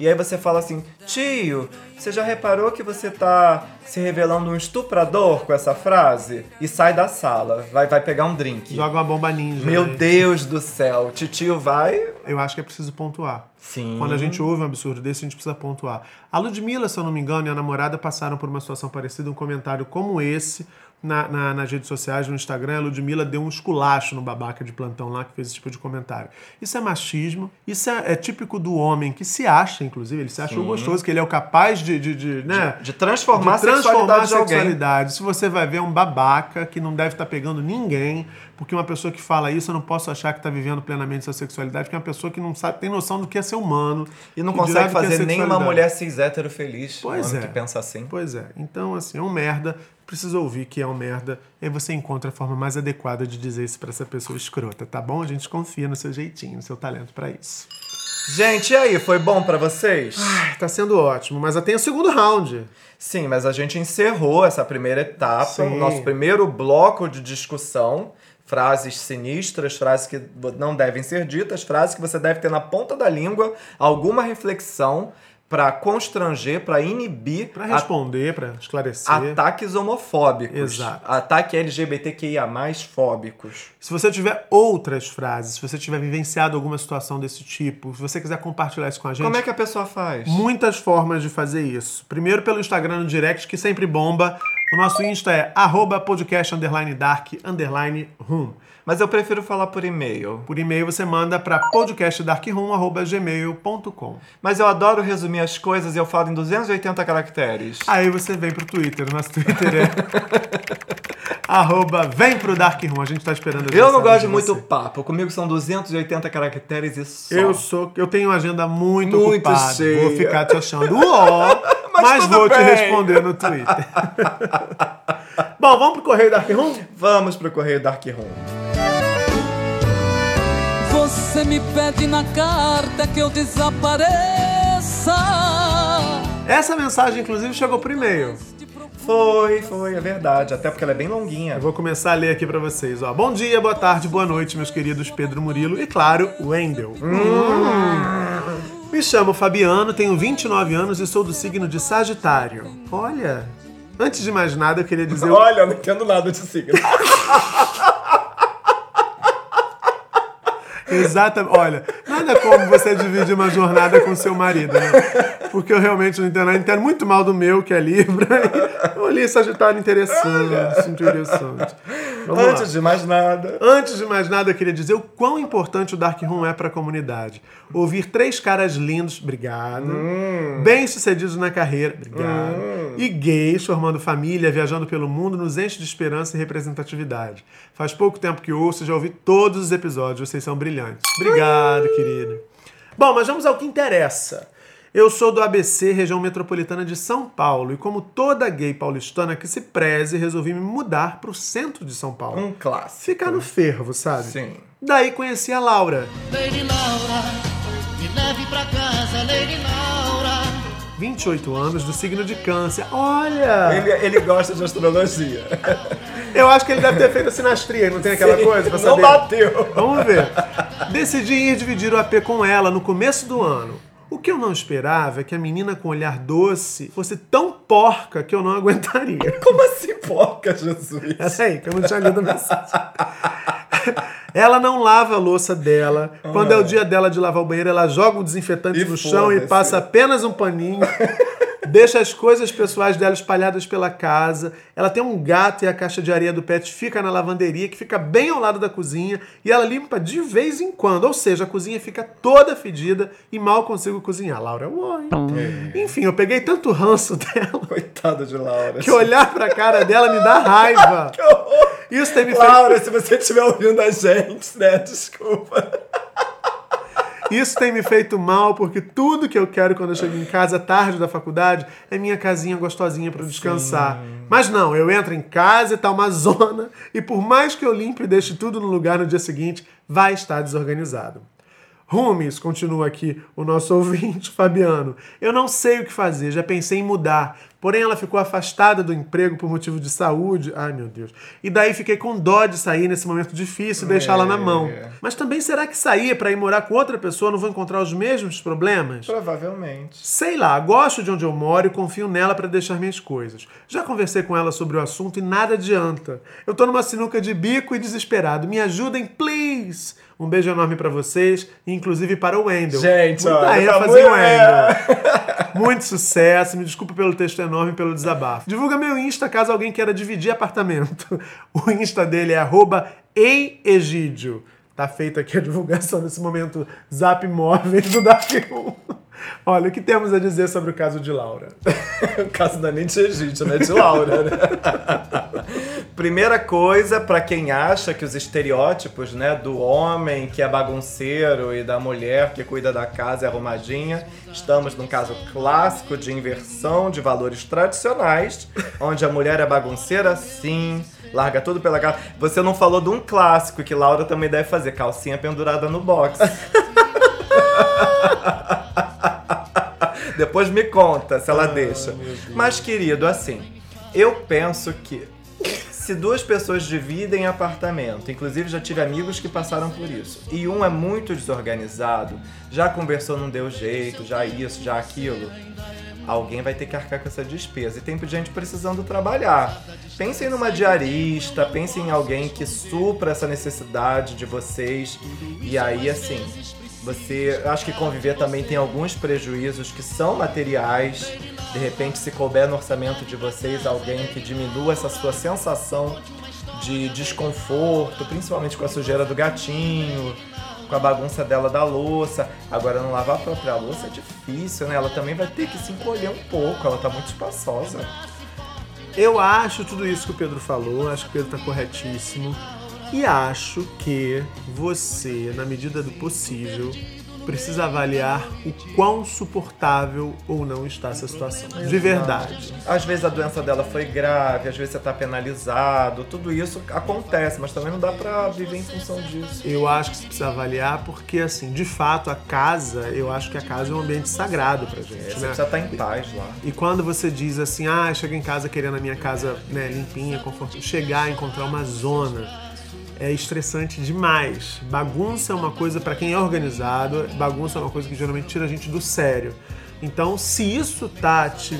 E aí você fala assim, tio, você já reparou que você tá se revelando um estuprador com essa frase? E sai da sala, vai, vai pegar um drink.
Joga uma bomba ninja.
Meu
né?
Deus do céu, titio vai.
Eu acho que é preciso pontuar.
Sim.
Quando a gente ouve um absurdo desse, a gente precisa pontuar. A Ludmilla, se eu não me engano, e a namorada passaram por uma situação parecida, um comentário como esse na- na- nas redes sociais, no Instagram. A Ludmilla deu um esculacho no babaca de plantão lá que fez esse tipo de comentário. Isso é machismo, isso é, é típico do homem que se acha, inclusive, ele se acha gostoso, que ele é o capaz de. de, de, né?
De transformar,
de transformar
a sexualidade de alguém.
sexualidade. Se você vai ver é um babaca que não deve estar pegando ninguém, porque uma pessoa que fala isso, eu não posso achar que está vivendo plenamente sua sexualidade, porque é uma pessoa que não sabe, tem noção do que é ser humano.
E não
que dirá
consegue
do que é
fazer nenhuma
sexualidade.
mulher cis hétero feliz. um
Pois
homem
é.
que pensa assim.
Pois é. Então, assim, é um merda. Precisa ouvir que é um merda. E aí você encontra a forma mais adequada de dizer isso para essa pessoa escrota, tá bom? A gente confia no seu jeitinho, no seu talento para isso.
Gente, e aí, foi bom pra vocês?
Ai, Tá sendo ótimo, mas até o segundo round.
Sim, mas a gente encerrou essa primeira etapa,
Sim.
o nosso primeiro bloco de discussão. Frases sinistras, frases que não devem ser ditas, frases que você deve ter na ponta da língua alguma reflexão pra constranger, pra inibir
Para
a-
responder, para esclarecer.
ataques homofóbicos.
Exato.
Ataque LGBTQIA fóbicos.
Se você tiver outras frases, se você tiver vivenciado alguma situação desse tipo, se você quiser compartilhar isso com a gente,
Como é que a pessoa faz?
muitas formas de fazer isso. Primeiro pelo Instagram no direct, que sempre bomba. O nosso Insta é arroba podcast underline dark underline room.
Mas eu prefiro falar por e-mail.
Por e-mail você manda para podcastdarkroom.gmail.com.
Mas eu adoro resumir as coisas e eu falo em 280 caracteres.
Aí você vem pro Twitter, o nosso Twitter é
*laughs*
arroba vem pro Dark Room. A gente tá esperando as
eu não
mensagens
gosto
de
de muito
você.
papo. Comigo são 280 caracteres e só.
Eu sou, eu tenho uma agenda muito,
Muito
ocupada.
cheia.
Vou ficar te
*laughs*
achando uó, mas,
Mas tudo
vou te
bem.
responder no Twitter. Bom, vamos pro correio da Room?
*laughs* Vamos pro Correio Dark Room.
Você me pede na carta que eu desapareça.
Essa mensagem, inclusive, chegou por e-mail.
Foi, foi, é verdade. Até porque ela é bem longuinha.
Eu vou começar a ler aqui pra vocês. Ó, bom dia, boa tarde, boa noite, meus queridos Pedro Murilo e, claro, Wendel.
Hum.
Me chamo Fabiano, tenho 29 anos e sou do signo de Sagitário. Olha, antes de mais nada, eu queria dizer. o-
Olha, eu não entendo nada de *laughs* signo.
Exatamente. Olha, nada como você dividir uma jornada com seu marido, né? Porque eu realmente não entendo nada. Entendo muito mal do meu, que é Libra. *laughs* Eu li Sagitário interessante, interessante. Vamos lá.
Antes de mais nada.
Antes de mais nada, eu queria dizer o quão importante o Dark Room é pra comunidade. Ouvir três caras lindos, obrigado. Bem-sucedidos na carreira, obrigado. E gays formando família, viajando pelo mundo, nos enche de esperança e representatividade. Faz pouco tempo que ouço, já ouvi todos os episódios, vocês são brilhantes. Obrigado, querido. Bom, mas vamos ao que interessa. Eu sou do ABC, região metropolitana de São Paulo, e como toda gay paulistana que se preze, resolvi me mudar pro centro de São Paulo
Um clássico.
ficar no fervo, sabe?
Sim.
Daí conheci a Laura.
Lady Laura, me leve pra casa, Lady Laura.
28 anos, do signo de câncer. Olha!
Ele, ele gosta de *laughs* astrologia.
Eu acho que ele deve ter feito a sinastria, não tem aquela coisa pra
Não
saber?
bateu.
Vamos ver. Decidi ir dividir o AP com ela no começo do ano. O que eu não esperava é que a menina com olhar doce fosse tão porca que eu não *laughs* aguentaria.
Como assim, porca, Jesus?
Essa aí, que eu não tinha lido a mensagem. *laughs* Ela não lava a louça dela. Quando é o dia dela de lavar o banheiro, ela joga o desinfetante
Ah. E
no chão e
foda-se.
passa apenas um
*laughs*
paninho. Deixa as coisas pessoais dela espalhadas pela casa. Ela tem um gato e a caixa de areia do pet fica na lavanderia, que fica bem ao lado da cozinha, e ela limpa de vez em quando. Ou seja, a cozinha fica toda fedida e mal consigo cozinhar. Laura, uai. Enfim, eu peguei tanto ranço dela *laughs*
Coitada de Laura.
que olhar pra cara dela me dá
*laughs*
raiva. Isso tem me feito.
Laura, se você estiver ouvindo a gente, né? Desculpa.
Isso tem me feito mal, porque tudo que eu quero quando eu chego em casa tarde da faculdade é minha casinha gostosinha pra eu descansar. Mas não, eu entro em casa e tá uma zona, e por mais que eu limpe e deixe tudo no lugar no dia seguinte, vai estar desorganizado. Rumes, continua aqui o nosso *laughs* ouvinte, Fabiano. Eu não sei o que fazer, já pensei em mudar. Porém, ela ficou afastada do emprego por motivo de saúde. Ai, meu Deus. E daí fiquei com dó de sair nesse momento difícil e deixá-la na mão. Mas também será que sair para ir morar com outra pessoa não vou encontrar os mesmos problemas?
Provavelmente.
Sei lá, gosto de onde eu moro e confio nela para deixar minhas coisas. Já conversei com ela sobre o assunto e nada adianta. Eu tô numa sinuca de bico e desesperado. Me ajudem, please! Um beijo enorme para vocês, inclusive para o Wendel.
Gente,
Muita
olha, tá
ênfase em
muito-
Wendel. *laughs* Muito sucesso, me desculpa pelo texto enorme e pelo desabafo. Divulga meu Insta caso alguém queira dividir apartamento. *laughs* O Insta dele é arroba eiegídio. Tá feita aqui a divulgação nesse momento Zap Móvel do Dark Room. Olha, o que temos a dizer sobre o caso de Laura?
*laughs*
*laughs*
O caso da Nietzsche Egípcia, né? De Laura, né? *laughs* Primeira coisa, pra quem acha que os estereótipos, né, do homem que é bagunceiro e da mulher que cuida da casa e arrumadinha, estamos num caso clássico de inversão de valores tradicionais, onde a mulher é bagunceira, sim, larga tudo pela casa. Você não falou de um clássico que Laura também deve fazer, calcinha pendurada no box. Depois me conta se ela deixa. Mas, querido, assim, eu penso que se duas pessoas dividem apartamento, inclusive já tive amigos que passaram por isso, e um é muito desorganizado, já conversou, não deu jeito, já isso, já aquilo. Alguém vai ter que arcar com essa despesa. E tem gente precisando trabalhar. Pensem numa diarista, pensem em alguém que supra essa necessidade de vocês. E aí, assim, você, eu acho que conviver também tem alguns prejuízos que são materiais. De repente, se couber no orçamento de vocês alguém que diminua essa sua sensação de desconforto, principalmente com a sujeira do gatinho, com a bagunça dela da louça. Agora, não lavar a própria louça é difícil, né? Ela também vai ter que se encolher um pouco, ela tá muito espaçosa.
Eu acho tudo isso que o Pedro falou, acho que o Pedro tá corretíssimo. E acho que você, na medida do possível, precisa avaliar o quão suportável ou não está essa situação. De verdade.
Às vezes a doença dela foi grave, às vezes você tá penalizado, tudo isso acontece, mas também não dá pra viver em função disso.
Eu acho que você precisa avaliar, porque assim, de fato, a casa, eu acho que a casa é um ambiente sagrado pra gente.
É,
né?
Você precisa estar em paz lá.
E quando você diz assim, ah, chega em casa querendo a minha casa né, limpinha, confortável, chegar e encontrar uma zona é estressante demais. Bagunça é uma coisa, pra quem é organizado, bagunça é uma coisa que geralmente tira a gente do sério. Então, se isso tá te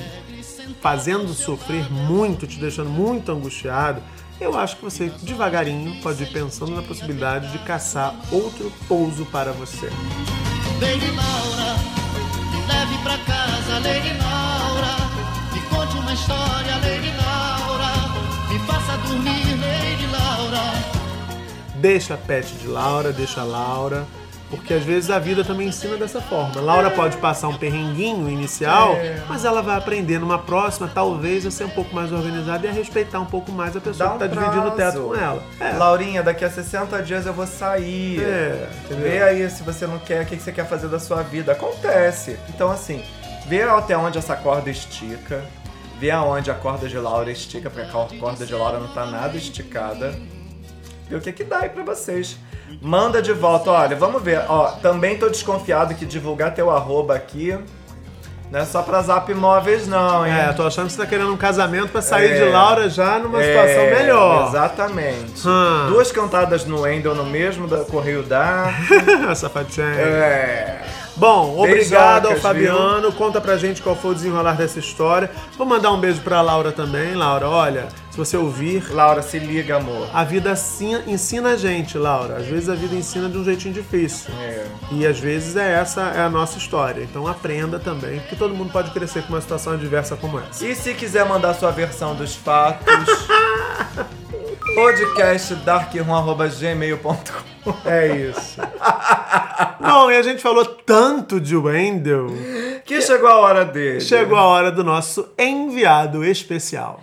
fazendo sofrer muito, te deixando muito angustiado, eu acho que você devagarinho pode ir pensando na possibilidade de caçar outro pouso para você.
Lady Laura, me leve pra casa, Lady Laura. Me conte uma história, Lady Laura. Me faça dormir, Lady Laura.
deixa a pet de Laura, deixa a Laura. Porque às vezes a vida também ensina dessa forma.
É.
Laura pode passar um perrenguinho inicial, mas ela vai aprender numa próxima, talvez, a ser um pouco mais organizada e a respeitar um pouco mais a pessoa
Dá um
que tá dividindo o teto
prazo.
com ela. É,
Laurinha, daqui a 60 dias eu vou sair.
É, entendeu?
Vê aí se você não quer, o que que você quer fazer da sua vida. Acontece. Então, assim, vê até onde essa corda estica. Vê aonde a corda de Laura estica, porque a corda de Laura não tá nada esticada. Vê o que que dá aí pra vocês. Manda de volta, olha, vamos ver. Ó, também tô desconfiado que divulgar teu arroba aqui não é só pra zap imóveis, não, hein?
é, tô achando que você tá querendo um casamento pra sair
É.
de Laura já numa
É,
situação melhor.
Exatamente.
Hum.
Duas cantadas no Endel no mesmo da Correio
*laughs*
da.
Sapatinha.
É.
Bom, obrigado ao
Beijocas,
Fabiano. Conta pra gente qual foi o desenrolar dessa história. Vou mandar um beijo pra Laura também. Laura, olha, se você ouvir,
Laura, se liga, amor.
A vida ensina, ensina a gente, Laura. Às vezes a vida ensina de um jeitinho difícil.
É.
E às vezes é essa é a nossa história. Então aprenda também, porque todo mundo pode crescer com uma situação adversa como essa.
E se quiser mandar sua versão dos
*laughs*
fatos, podcast darkroom.gmail.com
É isso. Bom, e a gente falou tanto de Wendell,
Que chegou a hora dele.
chegou a hora do nosso enviado especial.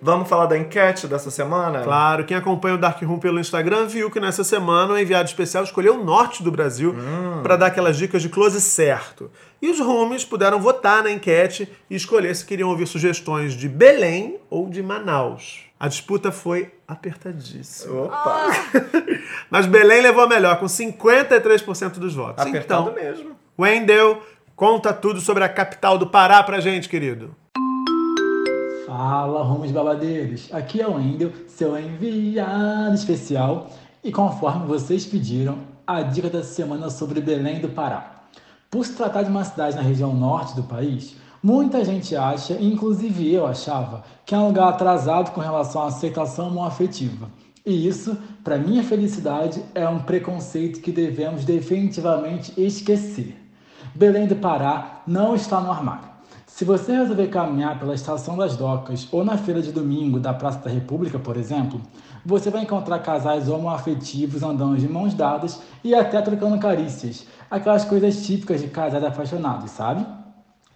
Vamos falar da enquete dessa semana?
Claro, quem acompanha o Dark Room pelo Instagram viu que nessa semana o enviado especial escolheu o norte do Brasil
Hum.
para dar aquelas dicas de close certo. E os rooms puderam votar na enquete e escolher se queriam ouvir sugestões de Belém ou de Manaus. A disputa foi apertadíssima.
Opa!
*laughs* Mas Belém levou a melhor, com 53% dos votos.
Apertado
então,
mesmo.
Wendel, conta tudo sobre a capital do Pará pra gente, querido.
Fala, rumos babadeiros! Aqui é o Endel, seu enviado especial. E conforme vocês pediram, a dica dessa semana é sobre Belém do Pará. Por se tratar de uma cidade na região norte do país, muita gente acha, inclusive eu achava, que é um lugar atrasado com relação à aceitação homoafetiva. E isso, para minha felicidade, é um preconceito que devemos definitivamente esquecer. Belém do Pará não está no armário. Se você resolver caminhar pela Estação das Docas ou na feira de domingo da Praça da República, por exemplo, você vai encontrar casais homoafetivos andando de mãos dadas e até trocando carícias, aquelas coisas típicas de casais apaixonados, sabe?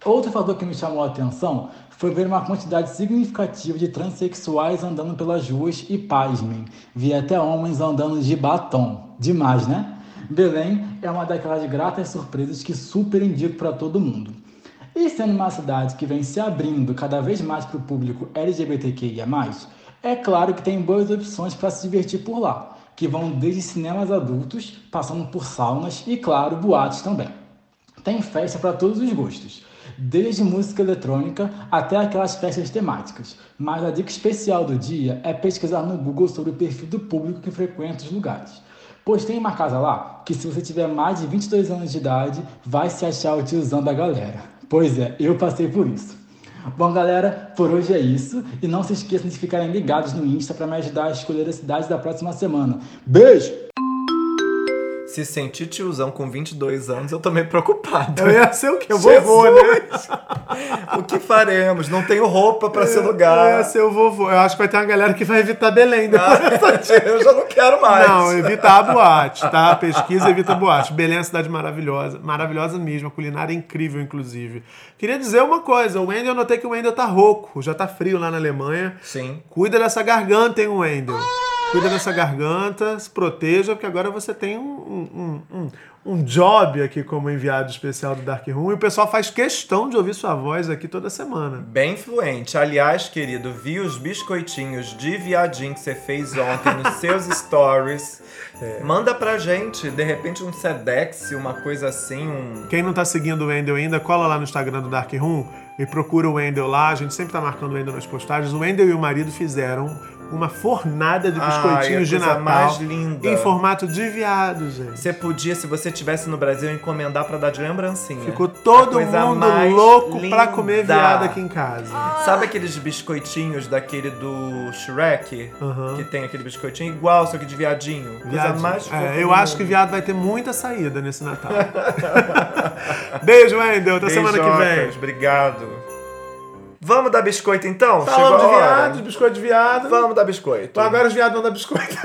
Outro fator que me chamou a atenção foi ver uma quantidade significativa de transexuais andando pelas ruas e, pasmem, vi até homens andando de batom. Demais, né? Belém é uma daquelas gratas surpresas que super indico para todo mundo. E sendo uma cidade que vem se abrindo cada vez mais para o público LGBTQIA+, é claro que tem boas opções para se divertir por lá, que vão desde cinemas adultos, passando por saunas e, claro, boates também. Tem festa para todos os gostos, desde música eletrônica até aquelas festas temáticas, mas a dica especial do dia é pesquisar no Google sobre o perfil do público que frequenta os lugares. Pois tem uma casa lá que, se você tiver mais de 22 anos de idade, vai se achar o tiozão da galera. Pois é, eu passei por isso. Bom, galera, por hoje é isso. E não se esqueçam de ficarem ligados no Insta para me ajudar a escolher a cidade da próxima semana. Beijo!
Se sentir tiozão com 22 anos, eu tô meio preocupado.
Eu né? ia ser o quê? Vovô, né?
o que faremos? Não tenho roupa pra esse
É,
lugar.
seu vovô. Eu acho que vai ter uma galera que vai evitar
Ah.
Belém
*laughs*
depois dessa
eu já não quero mais.
É, Não, evita a boate, tá? Pesquisa, evita a boate. Belém é uma cidade maravilhosa, maravilhosa mesmo, a culinária é incrível, inclusive. Queria dizer uma coisa, o Wendel, eu notei que o Wendel tá rouco, já tá frio lá na Alemanha.
Sim.
Cuida dessa garganta, hein, Wendel? Cuida dessa garganta, se proteja, porque agora você tem um, um, um, um- um job aqui como enviado especial do Dark Room e o pessoal faz questão de ouvir sua voz aqui toda semana.
Bem fluente. Aliás, querido, vi os biscoitinhos de viadinho que você fez ontem
*laughs*
nos seus stories.
É.
Manda pra gente, de repente, um Sedex, uma coisa assim, um.
Quem não tá seguindo o Wendel ainda, cola lá no Instagram do Dark Room e procura o Wendel lá. A gente sempre tá marcando o Wendel nas postagens. O Wendel e o marido fizeram uma fornada de
Ai,
biscoitinhos de
a coisa
Natal
mais linda.
em formato de viado, gente.
Você podia, se você tivesse no Brasil, encomendar pra dar de lembrancinha.
Ficou todo
A coisa
mundo
mais
louco pra
linda.
comer viado aqui em casa.
Sabe aqueles biscoitinhos daquele do Shrek?
Aham.
Que tem aquele biscoitinho igual, só que de viadinho. Coisa
Viadinho.
mais fofa
é,
do
eu acho que
mundo.
viado vai ter muita saída nesse Natal. *laughs* Beijo, Wendel. Até semana que vem.
Beijocas, Obrigado. Vamos dar biscoito então?
Falamos Tá de
Chegou a hora.
viado, de biscoito de viado.
Vamos dar biscoito.
Então agora os viados vão dar biscoito.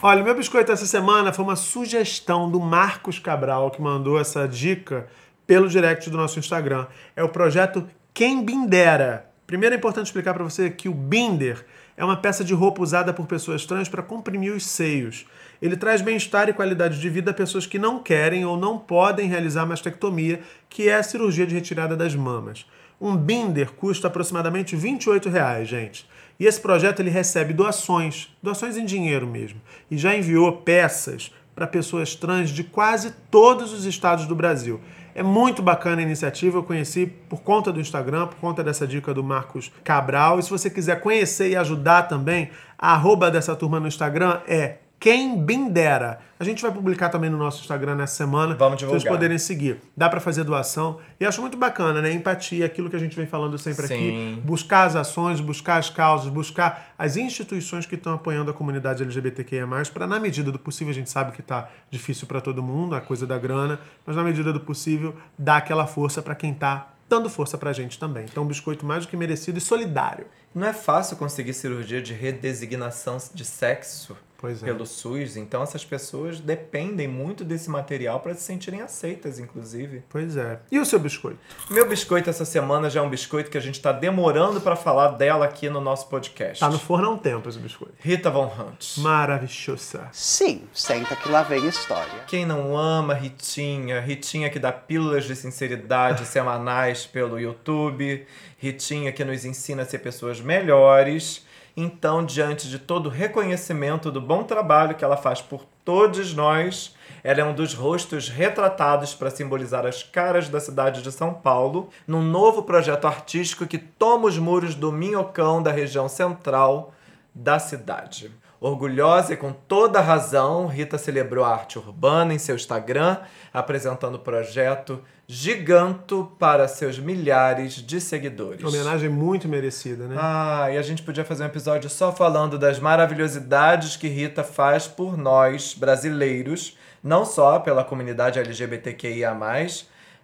Olha, o meu biscoito essa semana foi uma sugestão do Marcos Cabral, que mandou essa dica pelo direct do nosso Instagram. É o projeto Quem Bindera. Primeiro é importante explicar para você que o binder é uma peça de roupa usada por pessoas trans para comprimir os seios. Ele traz bem-estar e qualidade de vida a pessoas que não querem ou não podem realizar mastectomia, que é a cirurgia de retirada das mamas. Um binder custa aproximadamente R$ 28 reais, gente. E esse projeto ele recebe doações, doações em dinheiro mesmo, e já enviou peças para pessoas trans de quase todos os estados do Brasil. É muito bacana a iniciativa, eu conheci por conta do Instagram, por conta dessa dica do Marcos Cabral. E se você quiser conhecer e ajudar também, a arroba dessa turma no Instagram é quem Bindera. A gente vai publicar também no nosso Instagram nessa semana.
Vamos
pra vocês
divulgar.
poderem seguir. Dá para fazer doação. E acho muito bacana, né? Empatia, aquilo que a gente vem falando sempre aqui.
Sim.
Buscar as ações, buscar as causas, buscar as instituições que estão apoiando a comunidade LGBTQIA, para, na medida do possível, a gente sabe que tá difícil para todo mundo, a coisa da grana, mas na medida do possível, dar aquela força para quem tá dando força pra gente também. Então, um biscoito mais do que merecido e solidário.
Não é fácil conseguir cirurgia de redesignação de sexo.
é.
pelo SUS. Então essas pessoas dependem muito desse material para se sentirem aceitas, inclusive.
Pois é. E o seu biscoito?
Meu biscoito essa semana já é um biscoito que a gente está demorando para falar dela aqui no nosso podcast.
Tá no forno há um tempo esse biscoito.
Rita Von Hunt.
Maravilhosa.
Sim, senta que lá vem história.
Quem não ama Ritinha, Ritinha que dá pílulas de sinceridade semanais pelo YouTube, Ritinha que nos ensina a ser pessoas melhores. Então, diante de todo o reconhecimento do bom trabalho que ela faz por todos nós, ela é um dos rostos retratados para simbolizar as caras da cidade de São Paulo, num novo projeto artístico que toma os muros do Minhocão da região central da cidade. Orgulhosa e com toda a razão, Rita celebrou a arte urbana em seu Instagram, apresentando o projeto Giganto para seus milhares de seguidores.
Homenagem muito merecida, né?
Ah, e a gente podia fazer um episódio só falando das maravilhosidades que Rita faz por nós, brasileiros, não só pela comunidade LGBTQIA+,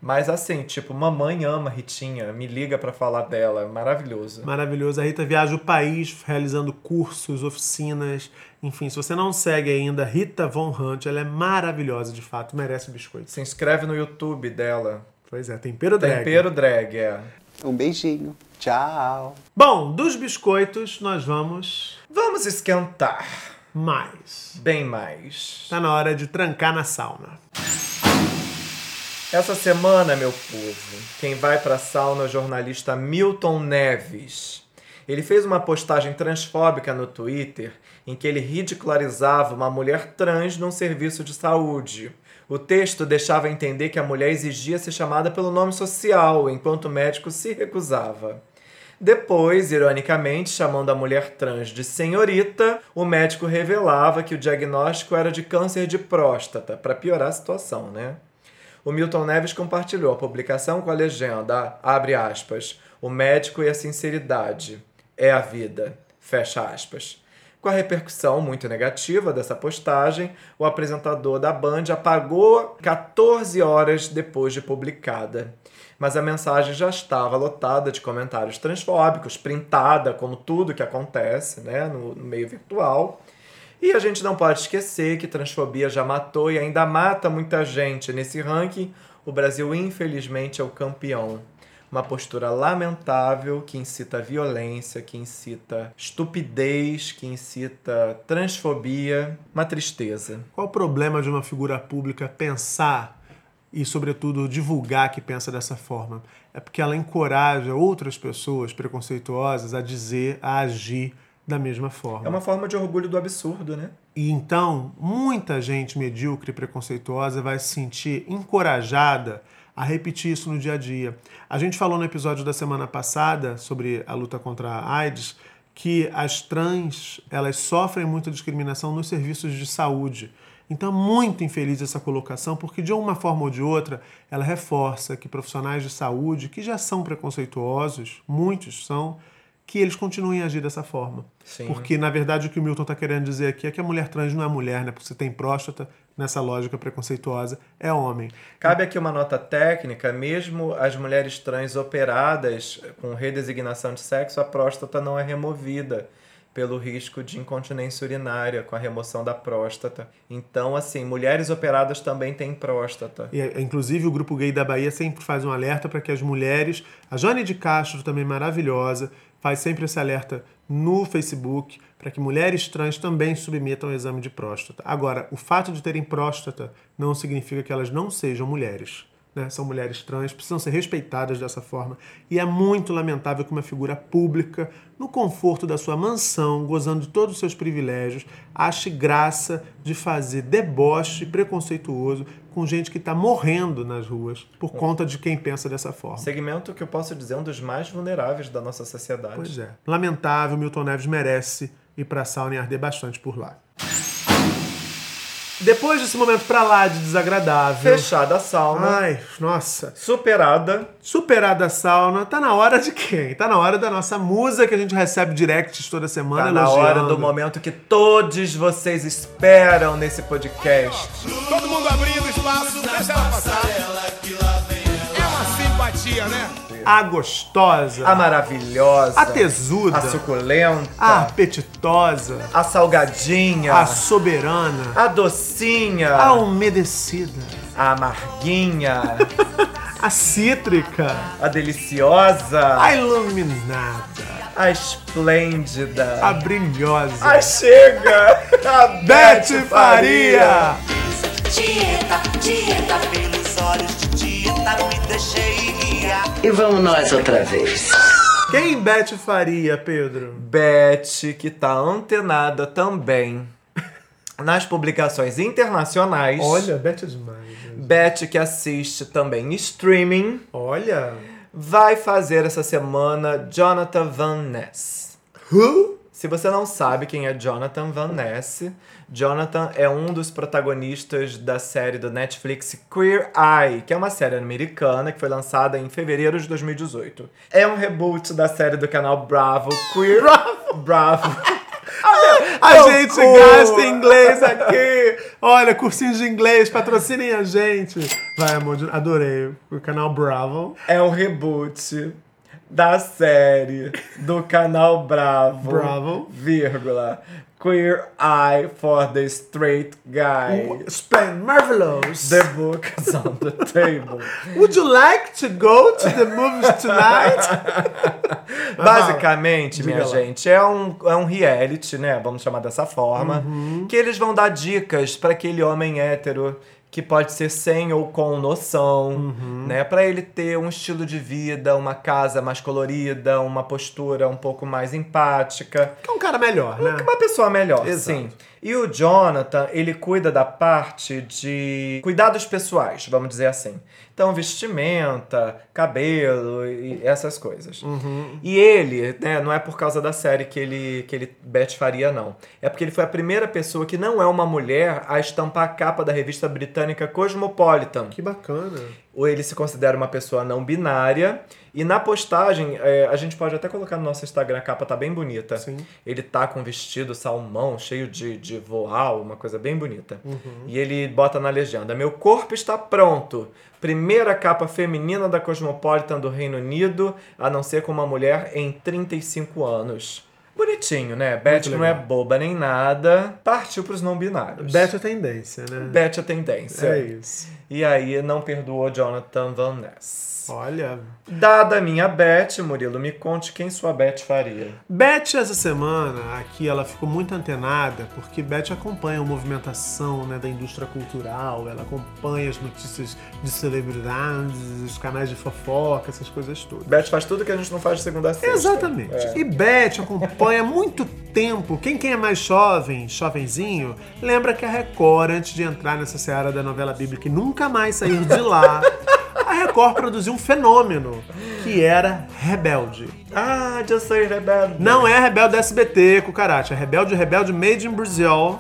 mas assim, tipo, mamãe ama Ritinha, me liga pra falar dela, é maravilhoso.
Maravilhoso. A Rita viaja o país realizando cursos, oficinas. Enfim, se você não segue ainda Rita Von Hunt, ela é maravilhosa de fato, merece o biscoito.
Se inscreve no YouTube dela.
Pois é, Tempero Drag.
Tempero Drag, é.
Um beijinho. Tchau.
Bom, dos biscoitos nós vamos.
Vamos esquentar.
Mais.
Bem mais.
Tá na hora de trancar na sauna.
Essa semana, meu povo, quem vai pra sauna é o jornalista Milton Neves. Ele fez uma postagem transfóbica no Twitter em que ele ridicularizava uma mulher trans num serviço de saúde. O texto deixava entender que a mulher exigia ser chamada pelo nome social, enquanto o médico se recusava. Depois, ironicamente, chamando a mulher trans de senhorita, o médico revelava que o diagnóstico era de câncer de próstata, para piorar a situação, né? O Milton Neves compartilhou a publicação com a legenda, abre aspas, o médico e a sinceridade é a vida, fecha aspas. Com a repercussão muito negativa dessa postagem, o apresentador da Band apagou 14 horas depois de publicada. Mas a mensagem já estava lotada de comentários transfóbicos, printada, como tudo que acontece né, no, no meio virtual. E a gente não pode esquecer que transfobia já matou e ainda mata muita gente. Nesse ranking, o Brasil infelizmente é o campeão. Uma postura lamentável que incita violência, que incita estupidez, que incita transfobia, uma tristeza.
Qual o problema de uma figura pública pensar e, sobretudo, divulgar que pensa dessa forma? É porque ela encoraja outras pessoas preconceituosas a dizer, a agir da mesma forma.
É uma forma de orgulho do absurdo, né?
E então, muita gente medíocre e preconceituosa vai se sentir encorajada a repetir isso no dia a dia. A gente falou no episódio da semana passada sobre a luta contra a AIDS que as trans, elas sofrem muita discriminação nos serviços de saúde. Então, é muito infeliz essa colocação, porque de uma forma ou de outra, ela reforça que profissionais de saúde que já são preconceituosos, muitos são, que eles continuem a agir dessa forma.
Sim.
Porque, na verdade, o que o Milton está querendo dizer aqui é que a mulher trans não é mulher, né? Porque você tem próstata, nessa lógica preconceituosa, é homem.
Cabe aqui uma nota técnica, mesmo as mulheres trans operadas com redesignação de sexo, a próstata não é removida pelo risco de incontinência urinária com a remoção da próstata. Então, assim, mulheres operadas também têm próstata.
E, é, inclusive, o Grupo Gay da Bahia sempre faz um alerta para que as mulheres... A Jane de Castro, também é maravilhosa, faz sempre esse alerta no Facebook para que mulheres trans também submetam ao exame de próstata. Agora, o fato de terem próstata não significa que elas não sejam mulheres. Né? São mulheres trans, precisam ser respeitadas dessa forma. E é muito lamentável que uma figura pública, no conforto da sua mansão, gozando de todos os seus privilégios, ache graça de fazer deboche preconceituoso com gente que está morrendo nas ruas por conta de quem pensa dessa forma.
Segmento que eu posso dizer é um dos mais vulneráveis da nossa sociedade.
Pois é. Lamentável, Milton Neves merece ir pra sauna e arder bastante por lá. Depois desse momento pra lá de desagradável.
Fechada a sauna,
Ai, nossa.
superada,
Superada a sauna, tá na hora de quem? Tá na hora da nossa musa que a gente recebe directs toda semana.
tá na
elogiando.
hora do momento que todos vocês esperam nesse podcast.
Todo mundo abrindo espaço, deixa ela passar. É uma simpatia. Melancia, né?
A gostosa.
A maravilhosa.
A tesuda. Ah,
A suculenta.
A apetitosa.
A salgadinha.
A soberana.
A docinha.
A umedecida.
A amarguinha.
a cítrica.
A deliciosa.
A iluminada.
A esplêndida.
A brilhosa.
A *laughs* chega.
A Bete Faria.
Dieta, dieta, pelos olhos de dieta, me deixei guiar.
E vamos nós outra vez.
Quem Bete Faria, Pedro?
Bete, que tá antenada também *laughs* nas publicações internacionais.
Olha, Bete é demais.
Beth, que assiste também streaming.
Olha!
Vai fazer essa semana Jonathan Van Ness.
Who?
Se você não sabe quem é Jonathan Van Ness, Jonathan é um dos protagonistas da série do Netflix Queer Eye, que é uma série americana que foi lançada em fevereiro de 2018. É um reboot da série do canal Bravo Queer Bravo.
A Meu gente cu. gasta inglês aqui. Olha, cursinho de inglês, patrocinem a gente. Vai, amor, adorei. O canal Bravo.
É um reboot da série do canal Bravo.
Bravo.
Vírgula. Queer Eye for the Straight Guy.
Span Marvelous.
The book is on the table.
Would you like to go to the movies tonight?
Basicamente, Diga minha lá. gente, é um, é um reality, né? Vamos chamar dessa forma. Uhum. Que eles vão dar dicas para aquele homem hétero que pode ser sem ou com noção, uhum. né? Para ele ter um estilo de vida, uma casa mais colorida, uma postura um pouco mais empática.
Que é um cara melhor, né?
Uma pessoa melhor, Exato. sim. E o Jonathan, ele cuida da parte de cuidados pessoais, vamos dizer assim. Então, vestimenta, cabelo e essas coisas.
Uhum.
E ele, né, não é por causa da série que ele, que ele Beth faria, não. É porque ele foi a primeira pessoa que não é uma mulher a estampar a capa da revista britânica Cosmopolitan.
Que bacana.
Ou ele se considera uma pessoa não binária. E na postagem, é, a gente pode até colocar no nosso Instagram, a capa tá bem bonita.
Sim.
Ele tá com um vestido salmão, cheio de, de voal, uma coisa bem bonita.
Uhum.
E ele bota na legenda: Meu corpo está pronto. Primeira capa feminina da Cosmopolitan do Reino Unido, a não ser com uma mulher em 35 anos. Bonitinho, né? Beth não é boba nem nada. Partiu pros não binários.
Beth é tendência, né?
Beth é tendência.
É isso.
E aí não perdoou Jonathan Van Ness.
Olha.
Dada a minha Beth, Murilo, me conte quem sua Beth faria.
Beth, essa semana, aqui, ela ficou muito antenada, porque Beth acompanha a movimentação né, da indústria cultural, ela acompanha as notícias de celebridades, os canais de fofoca, essas coisas todas.
Beth faz tudo que a gente não faz de segunda a sexta.
Exatamente. É. E Beth acompanha muito tempo. Quem, quem é mais jovem, jovenzinho, lembra que a Record, antes de entrar nessa seara da novela bíblica e nunca mais sair de lá, a Record produziu um fenômeno, que era Rebelde.
Ah, já sei, Rebelde.
Não é Rebelde SBT, Cucaracha. É Rebelde, Rebelde Made in Brazil,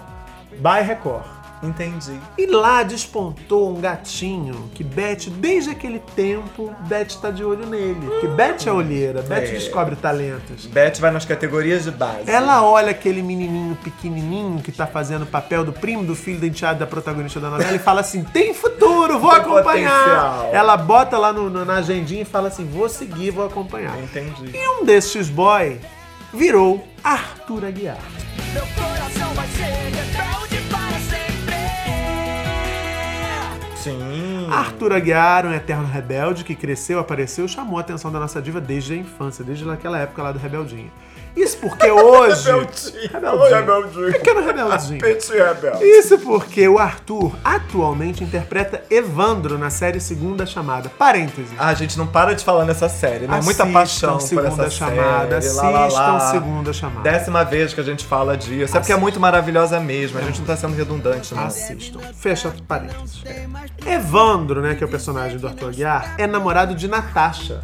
by Record.
Entendi.
E lá despontou um gatinho que Beth, desde aquele tempo, Beth tá de olho nele. Hum. Que Beth é olheira, Beth é. descobre talentos.
Beth vai nas categorias de base.
Ela olha aquele menininho pequenininho que tá fazendo o papel do primo do filho da enteada da protagonista da novela e fala assim: tem futuro, vou tem acompanhar. Potencial. Ela bota lá no, no, na agendinha e fala assim: vou seguir, vou acompanhar.
Entendi.
E um desses boy virou Arthur Aguiar.
Meu coração vai ser rebelde para sempre.
Sim.
Arthur Aguiar, um eterno rebelde que cresceu, apareceu, chamou a atenção da nossa diva desde a infância, desde aquela época lá do Rebeldinho. Isso *laughs* porque hoje.
rebeldinho. Rebeldinho. rebeldinho.
Pequeno rebeldinho.
Petit rebelde.
Isso porque o Arthur atualmente interpreta Evandro na série Segunda Chamada. Parênteses.
Ah, a gente não para de falar nessa série, né? Muita paixão
segunda
por essa
chamada,
série.
Lá, lá, lá. Assistam Segunda Chamada.
Décima vez que a gente fala disso. Assistam. É porque é muito maravilhosa mesmo. A gente não tá sendo redundante, não.
Assistam. Fecha parênteses. É. Evandro, né, que é o personagem do Arthur Aguiar, é namorado de Natasha.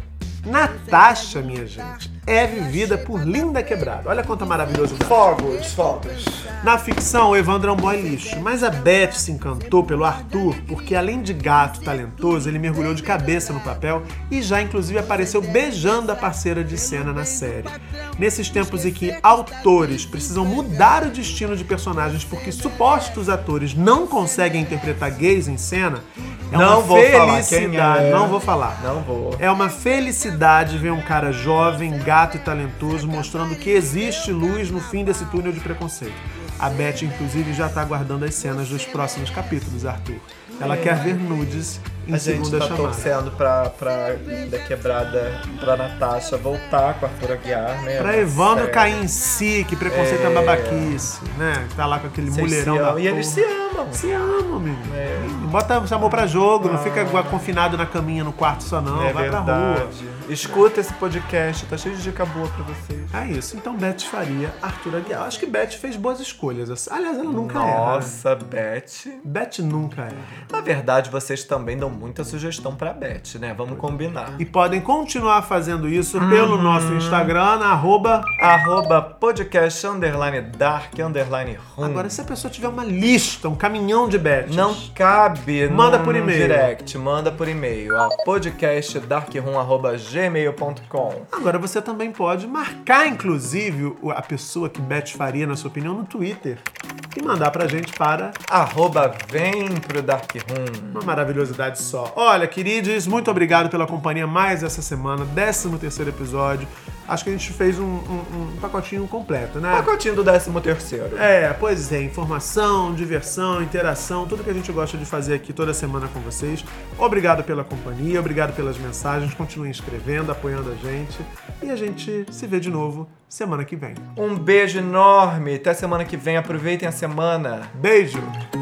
Natasha, minha gente, é vivida por Linda Quebrada. Olha quanta maravilhoso.
Fogos, fogos.
Na ficção, o Evandro é um boy lixo, mas a Beth se encantou pelo Arthur porque, além de gato talentoso, ele mergulhou de cabeça no papel e já, inclusive, apareceu beijando a parceira de cena na série. Nesses tempos em que autores precisam mudar o destino de personagens porque supostos atores não conseguem interpretar gays em cena, É
Não
uma
vou falar quem
felicidade.
é.
Não vou falar.
Não vou.
É uma felicidade ver um cara jovem, gato e talentoso mostrando que existe luz no fim desse túnel de preconceito. A Beth, inclusive, já tá aguardando as cenas dos próximos capítulos, Arthur. Ela
É.
quer ver nudes em
A gente
segunda
tá
chamada.
torcendo pra, pra linda quebrada, pra Natasha voltar com a Arthur Aguiar, né?
Pra Evandro
Sério.
cair em si, que preconceito é,
É.
babaquice, né? Tá lá com aquele
Vocês
mulherão
se
da
amam. E eles
porra.
se amam. É.
Se amam, menino. Bota chamou pra jogo, não fica confinado na caminha, no quarto só não,
Ah. É
vai pra rua.
verdade. Escuta esse podcast, tá cheio de dica boa pra vocês.
É isso, então Beth Faria, Arthur Aguiar. Acho que Beth fez boas escolhas. assim. Aliás, ela nunca erra. né?
Nossa, Beth.
Beth nunca erra.
Na verdade, vocês também dão muita sugestão pra Beth, né? Vamos
é.
combinar.
E podem continuar fazendo isso pelo
Uhum.
nosso Instagram, na arroba...
Arroba podcast underline dark underline room.
Agora, se a pessoa tiver uma lista, um caminhão de Beths...
Não cabe.
Manda
num
por e-mail.
Direct, manda por e-mail. A podcastdarkroom.gmail.com
Agora você também pode marcar, inclusive, o- a pessoa que Beth faria, na sua opinião, no Twitter e mandar pra gente para
Arroba vem pro Dark Room.
uma maravilhosidade só. Olha, queridos, muito obrigado pela companhia mais essa semana, 13 terceiro episódio. Acho que a gente fez um, um- um pacotinho completo, né?
Pacotinho do 13 terceiro.
É, pois é, informação, diversão, interação, tudo que a gente gosta de fazer aqui toda semana com vocês. Obrigado pela companhia, obrigado pelas mensagens, continuem escrevendo, apoiando a gente e a gente se vê de novo semana que vem.
Um beijo enorme. Até semana que vem. Aproveitem a semana.
Beijo!